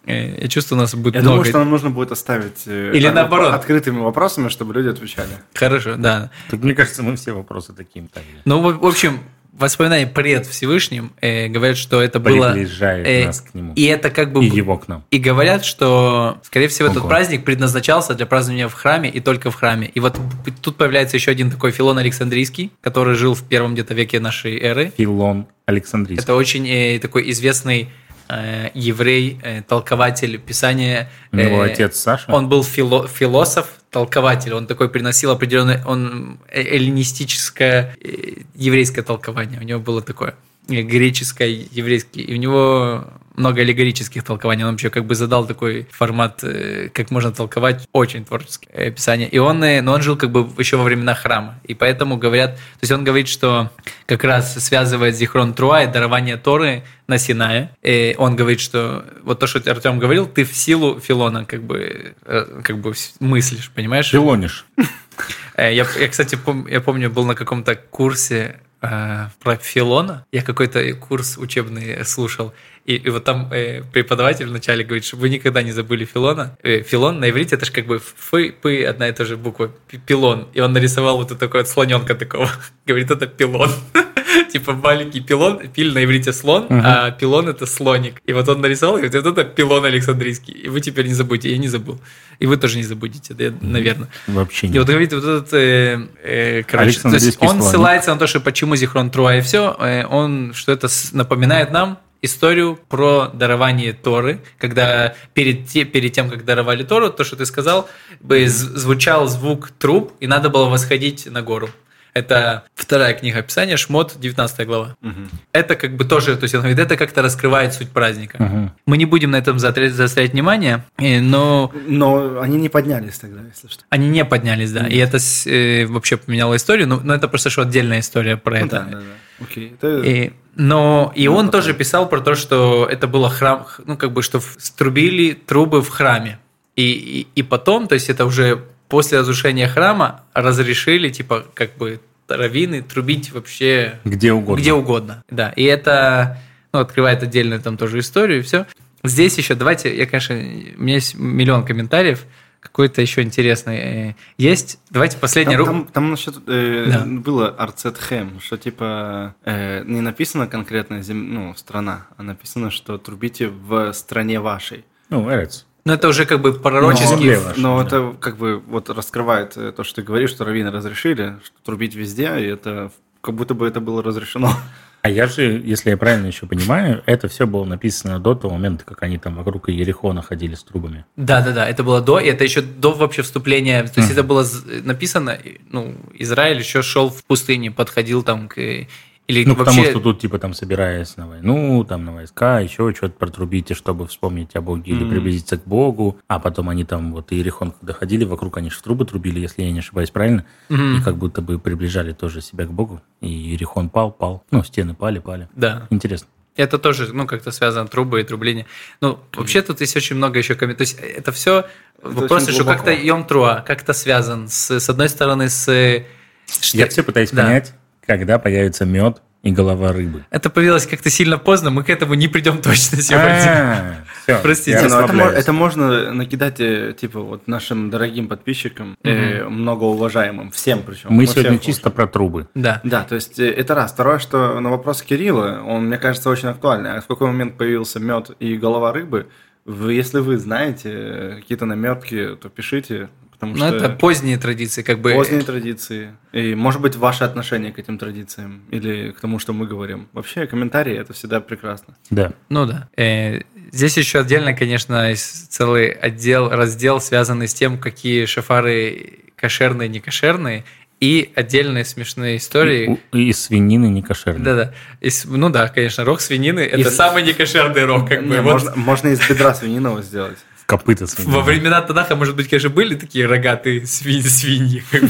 Speaker 2: Э, Я чувствую, у нас будет
Speaker 3: Я
Speaker 2: много.
Speaker 3: думаю, что нам нужно будет оставить э,
Speaker 2: Или
Speaker 3: там
Speaker 2: наоборот.
Speaker 3: открытыми вопросами, чтобы люди отвечали.
Speaker 2: Хорошо, да.
Speaker 4: Так, мне кажется, мы все вопросы таким ставили.
Speaker 2: Ну, в, в общем, воспоминания пред Всевышним э, говорят, что это было...
Speaker 4: Приближает
Speaker 2: э,
Speaker 4: нас к нему.
Speaker 2: И это как бы...
Speaker 4: И его к нам.
Speaker 2: и говорят, что, скорее всего, этот
Speaker 4: Ого.
Speaker 2: праздник предназначался для празднования в храме и только в храме. И вот б- тут появляется еще один такой Филон Александрийский, который жил в первом где-то веке нашей эры.
Speaker 4: Филон Александрийский.
Speaker 2: Это очень э, такой известный э, еврей, э, толкователь Писания.
Speaker 4: У него
Speaker 2: э,
Speaker 4: отец Саша.
Speaker 2: он был фило- философ, толкователь. Он такой приносил определенное он э- эллинистическое э, еврейское толкование. У него было такое э, греческое, еврейское. И у него много аллегорических толкований. Он вообще как бы задал такой формат, э, как можно толковать очень творческое э, писание. И он, э, но он жил как бы еще во времена храма. И поэтому говорят, то есть он говорит, что как раз связывает Зихрон Труа и дарование Торы на Синае. И он говорит, что вот то, что Артем говорил, ты в силу Филона как бы, э, как бы вс- мыслишь, понимаешь?
Speaker 4: Филониш.
Speaker 2: Э, Я, я, кстати, пом- я помню, был на каком-то курсе э, про Филона. Я какой-то курс учебный слушал. И, и вот там э, преподаватель вначале говорит, что вы никогда не забыли Филона. Э, Филон на иврите это же как бы ф, п, одна и та же буква. Пи- Пилон. И он нарисовал вот такой вот слоненка такого. Говорит, это пилон. Типа маленький пилон, пиль на иврите слон, а пилон это слоник. И вот он нарисовал, и говорит, вот это пилон Александрийский. И вы теперь не забудете, я не забыл. И вы тоже не забудете, да, наверное.
Speaker 4: Вообще
Speaker 2: И вот
Speaker 4: нет.
Speaker 2: говорит вот этот, э, э, короче, то есть
Speaker 4: Александрийский
Speaker 2: он
Speaker 4: слоник.
Speaker 2: ссылается на то, что почему Зихрон Труа и все, он что это с- напоминает нам историю про дарование Торы, когда перед, те- перед тем, как даровали Тору, то, что ты сказал, бы з- звучал звук труб, и надо было восходить на гору. Это вторая книга Писания, Шмот, 19 глава. Это как бы тоже, то есть он говорит, это как-то раскрывает суть праздника.
Speaker 4: Мгм.
Speaker 2: Мы не будем на этом затря- заострять внимание, э, но
Speaker 3: Но они не поднялись тогда, если что.
Speaker 2: они не поднялись, да. И это с- э, вообще поменяло историю. Но, но это просто что отдельная история про
Speaker 3: Ну
Speaker 2: это.
Speaker 3: да, да, да. Окей. Это-
Speaker 2: И- но и
Speaker 3: Ну,
Speaker 2: он
Speaker 3: потом.
Speaker 2: тоже писал про то, что это было храм, х- ну как бы, что в- струбили трубы в храме. И, и, и потом, то есть это уже после разрушения храма разрешили, типа, как бы, раввины трубить вообще
Speaker 4: Где угодно.
Speaker 2: где угодно. Да, и это ну, открывает отдельную там тоже историю, и все. Здесь еще, давайте, я, конечно, у меня есть миллион комментариев, какой-то еще интересный э, есть. Давайте
Speaker 3: Там,
Speaker 2: последний ру-
Speaker 3: там- там насчет э,
Speaker 2: Да.
Speaker 3: было Арцетхем, что типа э, не написано конкретная зем... ну, страна, а написано, что трубите в стране вашей.
Speaker 4: Ну, Эрец.
Speaker 2: Ну, это уже как бы
Speaker 3: Но,
Speaker 2: пророческий.
Speaker 4: земле вашей,
Speaker 3: но
Speaker 4: да.
Speaker 3: это как бы вот раскрывает э, то, что ты говоришь, что раввины разрешили что трубить везде, и это как будто бы это было разрешено.
Speaker 4: А я же, если я правильно еще понимаю, это все было написано до того момента, как они там вокруг Ерехона ходили с трубами.
Speaker 2: Да, да, да, это было до, и это еще до вообще вступления. То есть это было з- написано, и, ну, Израиль еще шел в пустыне, подходил там к... э, Или
Speaker 4: Ну,
Speaker 2: вообще...
Speaker 4: потому что тут, типа, там, собираясь на войну, там, на войска, еще что-то протрубите, чтобы вспомнить о Боге или
Speaker 3: Мгм.
Speaker 4: приблизиться к Богу. А потом они там, вот, Иерихон, когда ходили, вокруг они же в трубы трубили, если я не ошибаюсь, правильно?
Speaker 2: Мгм.
Speaker 4: И как будто бы приближали тоже себя к Богу. И Иерихон пал, пал. Ну, стены пали, пали.
Speaker 2: Да.
Speaker 4: Интересно.
Speaker 2: Это тоже, ну, как-то связано трубы и трубление. Ну, вообще тут есть очень много еще комментариев. То есть э, это все вопросы,
Speaker 3: очень
Speaker 2: что
Speaker 3: глубоко.
Speaker 2: как-то Йом Труа как-то связан с, с одной стороны с... э, что-
Speaker 4: Я все пытаюсь
Speaker 2: Да.
Speaker 4: понять, когда появится мед и голова рыбы.
Speaker 2: Это появилось как-то сильно поздно, мы к этому не придем точно
Speaker 3: Э,
Speaker 2: сегодня.
Speaker 4: А, всё,
Speaker 2: Типа, Простите,
Speaker 4: я
Speaker 3: Не, ну это, мо-
Speaker 4: расслабляюсь.
Speaker 3: это можно накидать, э, типа, вот нашим дорогим подписчикам, э, многоуважаемым, всем причем.
Speaker 4: Мы сегодня
Speaker 3: всех
Speaker 4: чисто про трубы.
Speaker 2: Да.
Speaker 3: Да, то есть э, это раз. Второе, что на вопрос Кирилла, он, мне кажется, очень актуальный. А в какой момент появился мед и голова рыбы? Вы, если вы знаете э, какие-то наметки, то пишите, потому
Speaker 2: Но
Speaker 3: что
Speaker 2: Ну, это поздние традиции, как бы.
Speaker 3: поздние традиции. И, может быть, ваше отношение к этим традициям или к тому, что мы говорим. Вообще, комментарии – это всегда прекрасно.
Speaker 4: Да.
Speaker 2: Ну да. Э, Здесь еще отдельно, конечно, есть целый отдел, раздел, связанный с тем, какие шафары кошерные, не кошерные, и отдельные смешные истории.
Speaker 4: И, и свинины не кошерные.
Speaker 2: Да-да. И с- Ну да, конечно, рог свинины – это
Speaker 3: Из-
Speaker 2: самый некошерный рог, как бы.
Speaker 3: Не,
Speaker 2: Вот
Speaker 3: можно, можно из бедра свининого сделать.
Speaker 4: В копыта свинины.
Speaker 2: Во времена Танаха, может быть, конечно, были такие рогатые свинь- свиньи. как бы.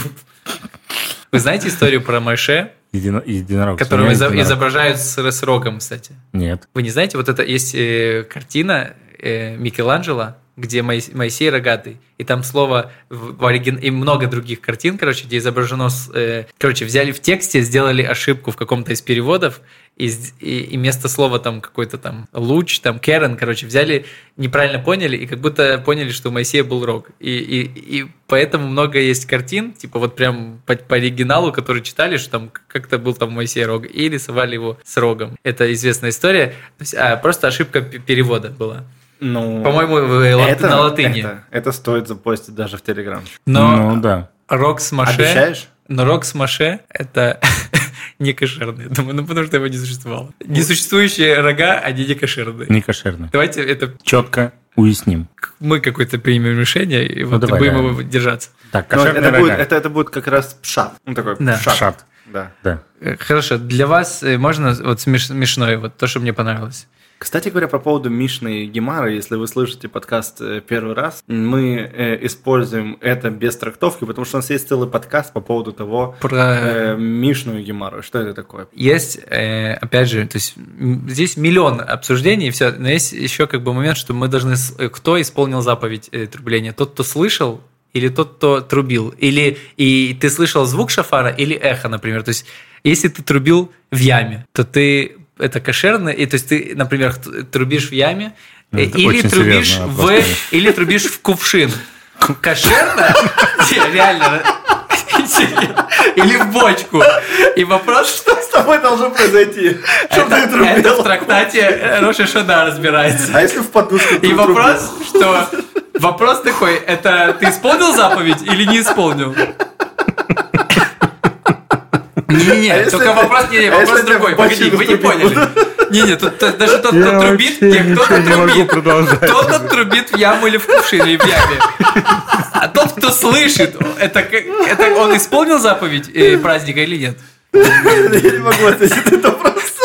Speaker 2: Вы знаете историю про Майше,
Speaker 4: Едино- единорог.
Speaker 2: которого
Speaker 4: Свинья
Speaker 2: изо-
Speaker 4: единорог.
Speaker 2: изображают с, с рогом, кстати?
Speaker 4: Нет.
Speaker 2: Вы не знаете, вот это есть э, картина э, Микеланджело, где Моис- Моисей рогатый, и там слово в, в оригин- и много других картин, короче, где изображено, с- э, короче, взяли в тексте, сделали ошибку в каком-то из переводов, и, с- и, и вместо слова там какой-то там луч, там Керен, короче, взяли, неправильно поняли, и как будто поняли, что у Моисея был рог. И, и, и поэтому много есть картин, типа вот прям по, по оригиналу, которые читали, что там как-то был там у Моисея рог, и рисовали его с рогом. Это известная история, То есть, а, просто ошибка п- перевода была.
Speaker 3: Ну,
Speaker 2: По-моему, в лат- на латыни.
Speaker 3: Это, это стоит запостить даже в Телеграм.
Speaker 2: Но
Speaker 4: Ну да.
Speaker 2: рог с Маше...
Speaker 3: Обещаешь?
Speaker 2: Но рог с Маше – это не кошерный, я думаю, ну потому что его не существовало. Несуществующие рога, они не кошерные.
Speaker 4: Не кошерные.
Speaker 2: Давайте это
Speaker 4: Четко уясним.
Speaker 2: мы какое-то примем решение, и вот
Speaker 4: давай,
Speaker 2: будем
Speaker 4: да.
Speaker 2: его держаться.
Speaker 4: Так,
Speaker 3: Ну,
Speaker 4: кошерные
Speaker 3: это, будет,
Speaker 4: рога.
Speaker 3: это, это будет как раз пшат. Ну, такой
Speaker 2: Да.
Speaker 3: пшат.
Speaker 4: Шат.
Speaker 3: Да.
Speaker 4: Да.
Speaker 2: Э, Хорошо, для вас э, можно вот смеш- смешное, вот то, что мне понравилось.
Speaker 3: Кстати говоря, по поводу Мишны и Гемара, если вы слышите подкаст э, первый раз, мы э, используем это без трактовки, потому что у нас есть целый подкаст по поводу того,
Speaker 2: Про...
Speaker 3: э, Мишну и Гемару, что это такое.
Speaker 2: Есть, э, опять же, то есть м, здесь миллион обсуждений, и все, но есть еще как бы момент, что мы должны, с- э, кто исполнил заповедь э, трубления, тот, кто слышал, или тот, кто трубил, или и ты слышал звук шафара, или эхо, например. То есть если ты трубил в яме, то ты это кошерно, и то есть ты, например, т- трубишь в яме, э,
Speaker 4: Ну, Это
Speaker 2: или
Speaker 4: очень
Speaker 2: трубишь
Speaker 4: серьезный
Speaker 2: в,
Speaker 4: вопрос,
Speaker 2: или трубишь в кувшин. Кошерно? Не, Реально. Или в бочку. И вопрос, что
Speaker 3: С тобой должно произойти,
Speaker 2: это, это в трактате э, Роша Шана разбирается.
Speaker 3: А если в подушку
Speaker 2: И вопрос, что... Вопрос такой, это ты исполнил заповедь или не исполнил? Не-не-не,
Speaker 3: А если
Speaker 2: только
Speaker 3: ты-
Speaker 2: вопрос, не, не,
Speaker 3: а
Speaker 2: вопрос
Speaker 3: если ты
Speaker 2: другой,
Speaker 3: в
Speaker 2: погоди,
Speaker 3: бочину
Speaker 2: вы не
Speaker 3: трубил?
Speaker 2: поняли. Не-не, тут т- даже тот,
Speaker 5: Я
Speaker 2: кто трубит,
Speaker 5: вообще
Speaker 2: не,
Speaker 5: ничего
Speaker 2: кто-то
Speaker 5: не могу
Speaker 2: трубит,
Speaker 5: продолжать.
Speaker 2: кто-то трубит в яму или в кувшин, или в яме. А тот, кто слышит, это, как- это он исполнил заповедь э, праздника или нет?
Speaker 3: Я не могу ответить на этот вопрос.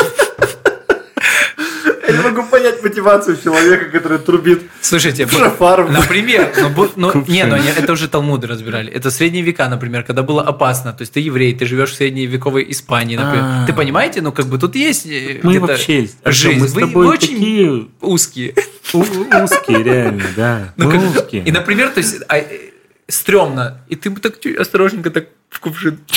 Speaker 3: Я не могу понять мотивацию человека, который трубит
Speaker 2: Слушайте, б-
Speaker 3: шафаром.
Speaker 2: Например, ну, бу- ну, не, ну, не, это уже Талмуды разбирали. Это средние века, например, когда было опасно. То есть ты еврей, ты живешь в средневековой Испании, например.
Speaker 4: А.
Speaker 2: Ты понимаете, ну как бы тут есть э,
Speaker 4: Мы
Speaker 2: где-то
Speaker 4: вообще... А
Speaker 2: жизнь.
Speaker 4: Мы с
Speaker 2: Вы-
Speaker 4: тобой
Speaker 2: вы очень
Speaker 4: такие
Speaker 2: узкие.
Speaker 4: у- у- узкие, реально, да.
Speaker 2: Ну,
Speaker 4: Мы
Speaker 2: как-
Speaker 4: узкие.
Speaker 2: И, например, то есть а, э, стрёмно, и ты бы так чуть осторожненько так в кувшин.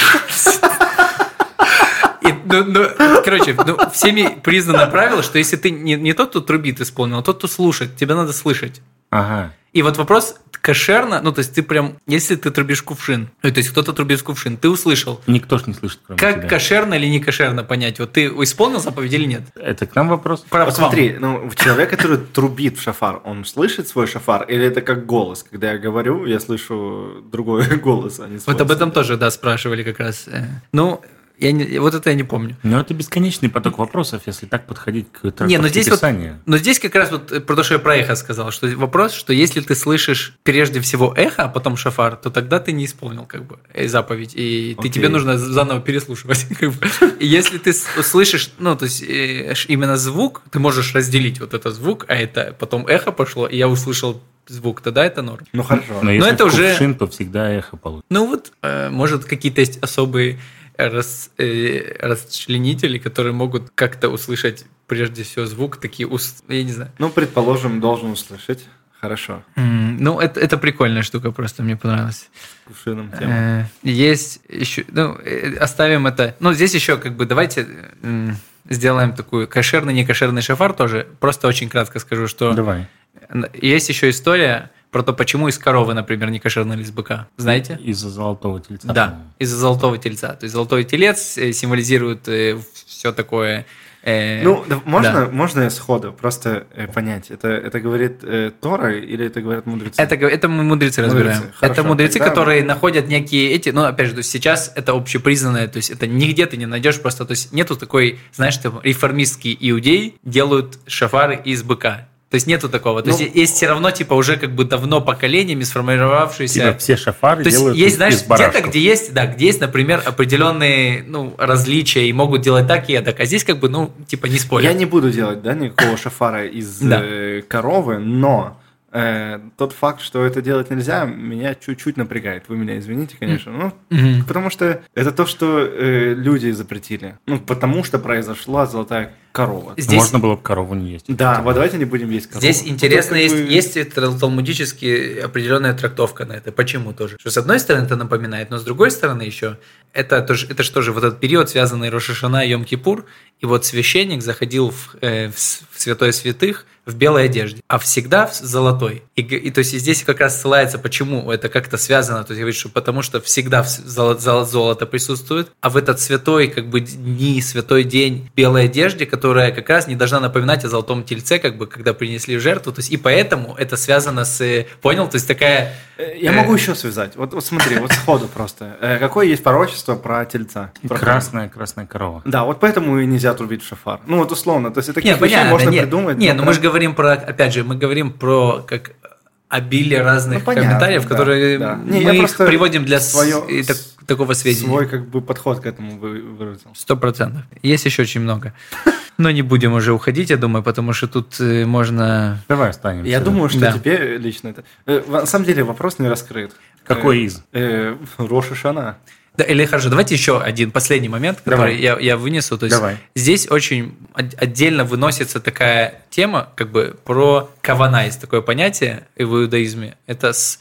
Speaker 2: И, ну, ну, короче, ну, всеми признано правило, что если ты не, не тот, кто трубит, исполнил, а тот, кто слушает, тебя надо слышать.
Speaker 4: Ага.
Speaker 2: И вот вопрос кошерно, ну то есть ты прям, если ты трубишь кувшин, ну, то есть кто-то трубит в кувшин, ты услышал,
Speaker 4: Никто ж не слышит, кроме
Speaker 2: как
Speaker 4: тебя.
Speaker 2: кошерно или не кошерно понять, вот ты исполнил заповедь или нет?
Speaker 4: Это к нам вопрос?
Speaker 2: Про
Speaker 3: Вот смотри, ну, человек, который трубит в шафар, он слышит свой шафар? Или это как голос? Когда я говорю, я слышу другой голос, а не свой.
Speaker 2: Вот об этом тоже, да, спрашивали как раз. Э, Ну, я не, вот это я не помню.
Speaker 4: Ну, это бесконечный поток вопросов, если так подходить к трактовке
Speaker 2: Не, ну здесь вот-
Speaker 4: Писания.
Speaker 2: Но здесь как раз вот э, про то, что я про эхо сказал, что вопрос, что если ты слышишь прежде всего эхо, а потом шафар, то тогда ты не исполнил как бы э, заповедь, и ты,
Speaker 3: Окей.
Speaker 2: тебе нужно з- заново переслушивать. как бы. И если ты с- слышишь, ну, то есть э, ш- именно звук, ты можешь разделить вот это звук, а это потом эхо пошло, и я услышал звук, тогда это норм.
Speaker 3: Ну, хорошо.
Speaker 4: Но если
Speaker 2: это
Speaker 4: в
Speaker 2: уже-
Speaker 4: кувшин, то всегда эхо получится.
Speaker 2: Ну вот, э, может, какие-то есть особые рас- э, расчленители, которые могут как-то услышать прежде всего звук, такие уст... Я не знаю.
Speaker 3: Ну, предположим, должен услышать. Хорошо.
Speaker 2: М, Ну, это, это прикольная штука, просто мне понравилась.
Speaker 3: Кувшином тема.
Speaker 2: Э, Есть еще, ну, э, оставим это. Ну, здесь еще как бы давайте м, сделаем такую кошерный, не кошерный шафар тоже. Просто очень кратко скажу, что
Speaker 4: Давай.
Speaker 2: есть еще история про то, почему из коровы, например, не кошерный лист быка. Знаете?
Speaker 4: Из-за золотого тельца.
Speaker 2: Да,
Speaker 4: по-моему.
Speaker 2: из-за золотого тельца. То есть золотой телец э, символизирует все такое. э,
Speaker 3: Ну, да, можно,
Speaker 2: да.
Speaker 3: можно я сходу просто э, понять, это, это говорит э, Тора или это говорят мудрецы?
Speaker 2: Это, г- это мы
Speaker 3: Мудрецы,
Speaker 2: мудрецы разбираем.
Speaker 3: хорошо.
Speaker 2: это мудрецы,
Speaker 3: Тогда
Speaker 2: которые
Speaker 3: мы-
Speaker 2: находят некие эти, ну, опять же, то есть сейчас это общепризнанное, то есть это нигде ты не найдешь просто, то есть нету такой, знаешь, там, реформистские иудеи делают шафары из быка. То есть нету такого. То
Speaker 3: Ну-
Speaker 2: есть есть все равно, типа, уже как бы давно поколениями сформировавшиеся...
Speaker 4: Типа все шафары
Speaker 2: э, То есть
Speaker 4: делают
Speaker 2: есть,
Speaker 4: из-
Speaker 2: знаешь,
Speaker 4: из барашков.
Speaker 2: где-то, где есть, да, где есть, например, определенные ну, различия и могут делать так и так. А здесь как бы, ну, типа, не спорят.
Speaker 3: Я не буду делать, да, никакого шафара из
Speaker 2: Да.
Speaker 3: э, коровы, но э, тот факт, что это делать нельзя, меня чуть-чуть напрягает. Вы меня извините, конечно. Ну,
Speaker 2: Мгм.
Speaker 3: потому что это то, что э, люди запретили. Ну, потому что произошла золотая корова.
Speaker 2: Здесь-
Speaker 4: Можно было бы корову не есть.
Speaker 3: Да, вот давайте не будем есть корову.
Speaker 2: Здесь интересно,
Speaker 3: Ну,
Speaker 2: есть,
Speaker 3: как бы-
Speaker 2: есть и трал- талмудически определенная трактовка на это. Почему тоже? Что с одной стороны это напоминает, но с другой стороны еще это, тоже, это же тоже вот этот период, связанный Рошашана и Йом-Кипур, и вот священник заходил в, э, в с- в святое святых в белой одежде, а всегда в с- золотой. И, г- и то есть и здесь как раз ссылается, почему это как-то связано, то есть говорит, что потому что всегда в с- золо- золо- золото присутствует, а в этот святой как бы дни, святой день белой одежде, которая как раз не должна напоминать о золотом тельце, как бы когда принесли в жертву, то есть и поэтому это связано с, э, понял, то есть такая,
Speaker 3: Э, Я
Speaker 2: Э.
Speaker 3: могу еще связать. Вот, вот смотри, вот сходу просто. Э, какое есть пророчество про тельца? Про
Speaker 4: Красная, красная корова.
Speaker 3: Да, вот поэтому и нельзя трубить в шафар. Ну вот условно, то есть таких
Speaker 2: Нет,
Speaker 3: вещей
Speaker 2: понятно,
Speaker 3: можно
Speaker 2: нет,
Speaker 3: придумать.
Speaker 2: Не, ну мы
Speaker 3: прям-
Speaker 2: же говорим про, опять же, мы говорим про как обилие разных
Speaker 3: Ну, понятно,
Speaker 2: комментариев,
Speaker 3: да,
Speaker 2: которые
Speaker 3: да. Не,
Speaker 2: мы
Speaker 3: я
Speaker 2: их
Speaker 3: просто
Speaker 2: приводим для с-
Speaker 3: своё-
Speaker 2: и так-
Speaker 3: с-
Speaker 2: такого сведения.
Speaker 3: свой как бы подход к этому вы- выразил.
Speaker 2: Сто процентов. Есть еще очень много. Но не будем уже уходить, я думаю, потому что тут э, можно...
Speaker 4: Давай останемся.
Speaker 3: Я думаю, что
Speaker 2: Да.
Speaker 3: тебе лично это. Э, На самом деле вопрос не раскрыт.
Speaker 4: Какой
Speaker 3: Э,
Speaker 4: из?
Speaker 3: э, Роша Шана.
Speaker 2: Да, или хорошо, давайте еще один последний момент, который
Speaker 4: Давай.
Speaker 2: я, я вынесу. То есть
Speaker 4: Давай.
Speaker 2: здесь очень от- отдельно выносится такая тема, как бы про кавана есть такое понятие и в иудаизме. Это с-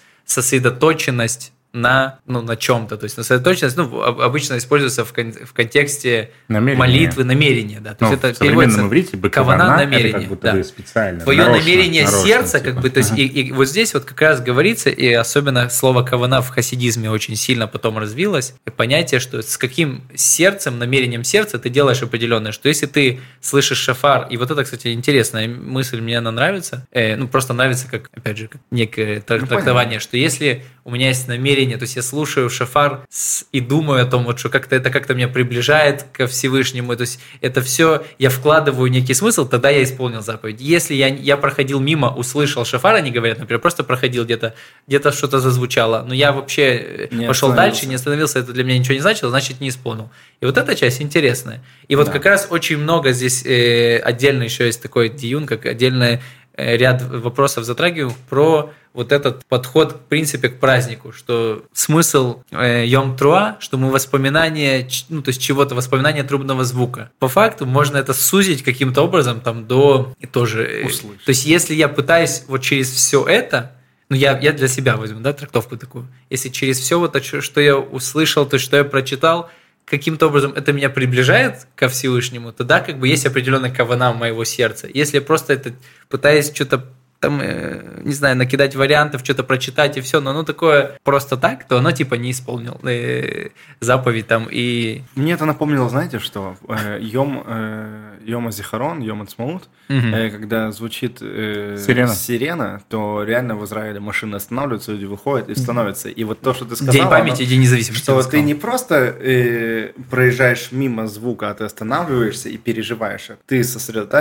Speaker 2: сосредоточенность на, ну, на чем-то. То есть сосредоточенность ну, об- обычно используется в, кон- в контексте
Speaker 4: Намерение.
Speaker 2: молитвы, намерения. Да. То
Speaker 4: Ну,
Speaker 2: есть это
Speaker 4: в современном
Speaker 2: переводится
Speaker 4: иврите бы
Speaker 2: кавана,
Speaker 4: кавана,
Speaker 2: намерение,
Speaker 4: это как будто
Speaker 2: да.
Speaker 4: бы специально.
Speaker 2: твое
Speaker 4: нарочно,
Speaker 2: намерение
Speaker 4: нарочно,
Speaker 2: сердца,
Speaker 4: типа.
Speaker 2: как бы, то есть, и, и вот здесь вот как раз говорится, и особенно слово кавана в хасидизме очень сильно потом развилось, и понятие, что с каким сердцем, намерением сердца ты делаешь определенное, что если ты слышишь шафар, и вот это, кстати, интересная мысль, мне она нравится, э, ну, просто нравится, как, опять же, как некое трак-
Speaker 3: Ну, понятно.
Speaker 2: трактование, что если у меня есть намерение, то есть я слушаю шафар с- и думаю о том, вот, что как-то это как-то меня приближает ко Всевышнему, то есть это все, я вкладываю некий смысл, тогда я исполнил заповедь. Если я, я проходил мимо, услышал шафар, они говорят, например, просто проходил где-то, где-то что-то зазвучало, но я вообще
Speaker 3: Не
Speaker 2: э, пошел
Speaker 3: остановился.
Speaker 2: дальше, не остановился, это для меня ничего не значило, значит не исполнил. И вот эта часть интересная. И вот
Speaker 3: Да.
Speaker 2: как раз очень много здесь э, отдельно еще есть такой диюн, как отдельный э, ряд вопросов затрагиваем про вот этот подход, в принципе, к празднику, что смысл э, Йом Труа, что мы воспоминание, ч- ну, то есть чего-то, воспоминание трубного звука. По факту можно это сузить каким-то образом там до и тоже... э,
Speaker 3: Услышать.
Speaker 2: То есть если я пытаюсь вот через все это, ну, я, я для себя возьму, да, трактовку такую. Если через все вот, то, чё- что я услышал, то, что я прочитал, каким-то образом это меня приближает ко Всевышнему, тогда как бы есть определенная кавана моего сердца. Если я просто это пытаюсь что-то там, э, не знаю, накидать вариантов, что-то прочитать и все, но оно такое просто так, то оно типа не исполнил э, заповедь там и...
Speaker 3: Мне это напомнило, знаете, что э, Йом, э, Йома Зихарон, Йом Ацмаут, э, когда звучит э,
Speaker 4: Сирена.
Speaker 3: сирена, то реально в Израиле машины останавливаются, люди выходят и становятся. И вот то, что ты сказал...
Speaker 2: День
Speaker 3: оно-
Speaker 2: памяти, День независимости. я
Speaker 3: Что
Speaker 2: бы
Speaker 3: ты
Speaker 2: сказал.
Speaker 3: не просто э, проезжаешь мимо звука, а ты останавливаешься и переживаешь это. Ты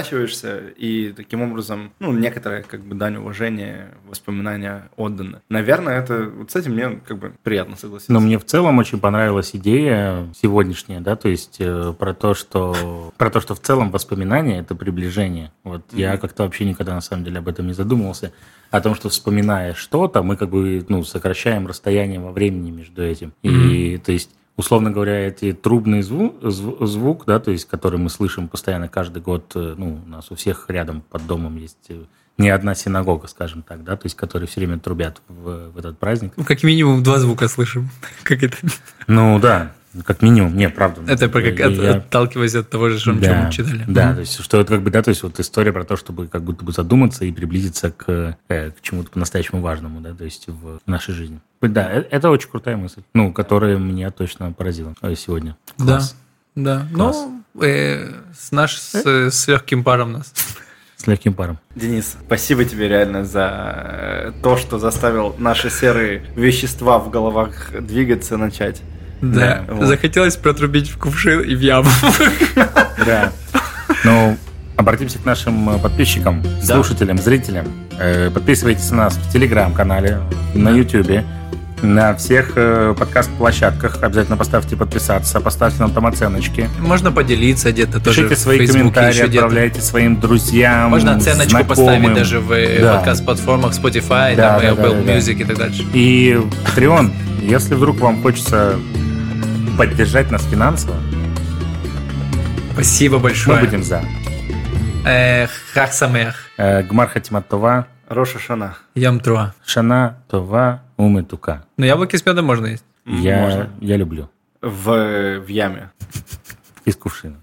Speaker 3: сосредотачиваешься, и таким образом, ну, некоторая как бы дань уважения, воспоминания отданы. Наверное, это вот с этим мне как бы приятно согласиться.
Speaker 4: Но мне в целом очень понравилась идея сегодняшняя, да, то есть э, про то, что про то, что в целом воспоминания это приближение. Вот я как-то вообще никогда на самом деле об этом не задумывался, о том, что вспоминая что-то, мы как бы ну сокращаем расстояние во времени между этим. И то есть условно говоря, эти трубный звук, звук, да, то есть, который мы слышим постоянно каждый год, э, ну, у нас у всех рядом под домом есть э, не одна синагога, скажем так, да, то есть, которые все время трубят в, в этот праздник.
Speaker 2: Ну, как минимум два звука слышим. Как это?
Speaker 4: Ну да, как минимум, не, правда.
Speaker 2: Это про как
Speaker 4: Я-
Speaker 2: от-
Speaker 4: я-
Speaker 2: отталкиваясь от того же, что мы что мы читали.
Speaker 4: Да, то есть, что это как бы, да, то есть, вот история про то, чтобы как будто бы задуматься и приблизиться к, э, к чему-то по-настоящему важному, да, то есть в нашей жизни. Да, э- это очень крутая мысль, ну, которая меня точно поразила э, сегодня.
Speaker 2: Да,
Speaker 4: Класс.
Speaker 2: да.
Speaker 4: Класс.
Speaker 2: Ну, э, с наш с, э, с легким паром нас.
Speaker 4: С легким паром.
Speaker 3: Денис, спасибо тебе реально за э, то, что заставил наши серые вещества в головах двигаться, начать.
Speaker 2: Да.
Speaker 3: вот.
Speaker 2: Захотелось протрубить в кувшин и в яму.
Speaker 4: Да. Ну, обратимся к нашим э, подписчикам, слушателям, зрителям. Э, Подписывайтесь на нас в телеграм-канале, на ютюбе, на всех э, подкаст-площадках. Обязательно поставьте подписаться, поставьте нам там оценочки.
Speaker 2: Можно поделиться где-то тоже.
Speaker 4: Пишите
Speaker 2: в
Speaker 4: свои
Speaker 2: Фейсбуке,
Speaker 4: комментарии,
Speaker 2: еще где-то.
Speaker 4: отправляйте своим друзьям.
Speaker 2: Можно оценочку
Speaker 4: знакомым.
Speaker 2: поставить даже в э,
Speaker 4: Да.
Speaker 2: подкаст-платформах Spotify,
Speaker 4: Да, да,
Speaker 2: там,
Speaker 4: да,
Speaker 2: Apple
Speaker 4: да, да.
Speaker 2: Music и так дальше.
Speaker 4: И Patreon, если вдруг вам хочется поддержать нас финансово,
Speaker 2: Спасибо
Speaker 4: мы
Speaker 2: большое.
Speaker 4: будем за.
Speaker 2: Э, хах самех.
Speaker 4: Э, Гмар Хатиматова,
Speaker 3: Роша Шана.
Speaker 2: Ям труа.
Speaker 4: Шана Това, Умы Тука.
Speaker 2: Но Ну, яблоки с медом можно есть.
Speaker 4: Я,
Speaker 3: Можно.
Speaker 4: я люблю.
Speaker 3: В, в яме.
Speaker 4: Из кувшина.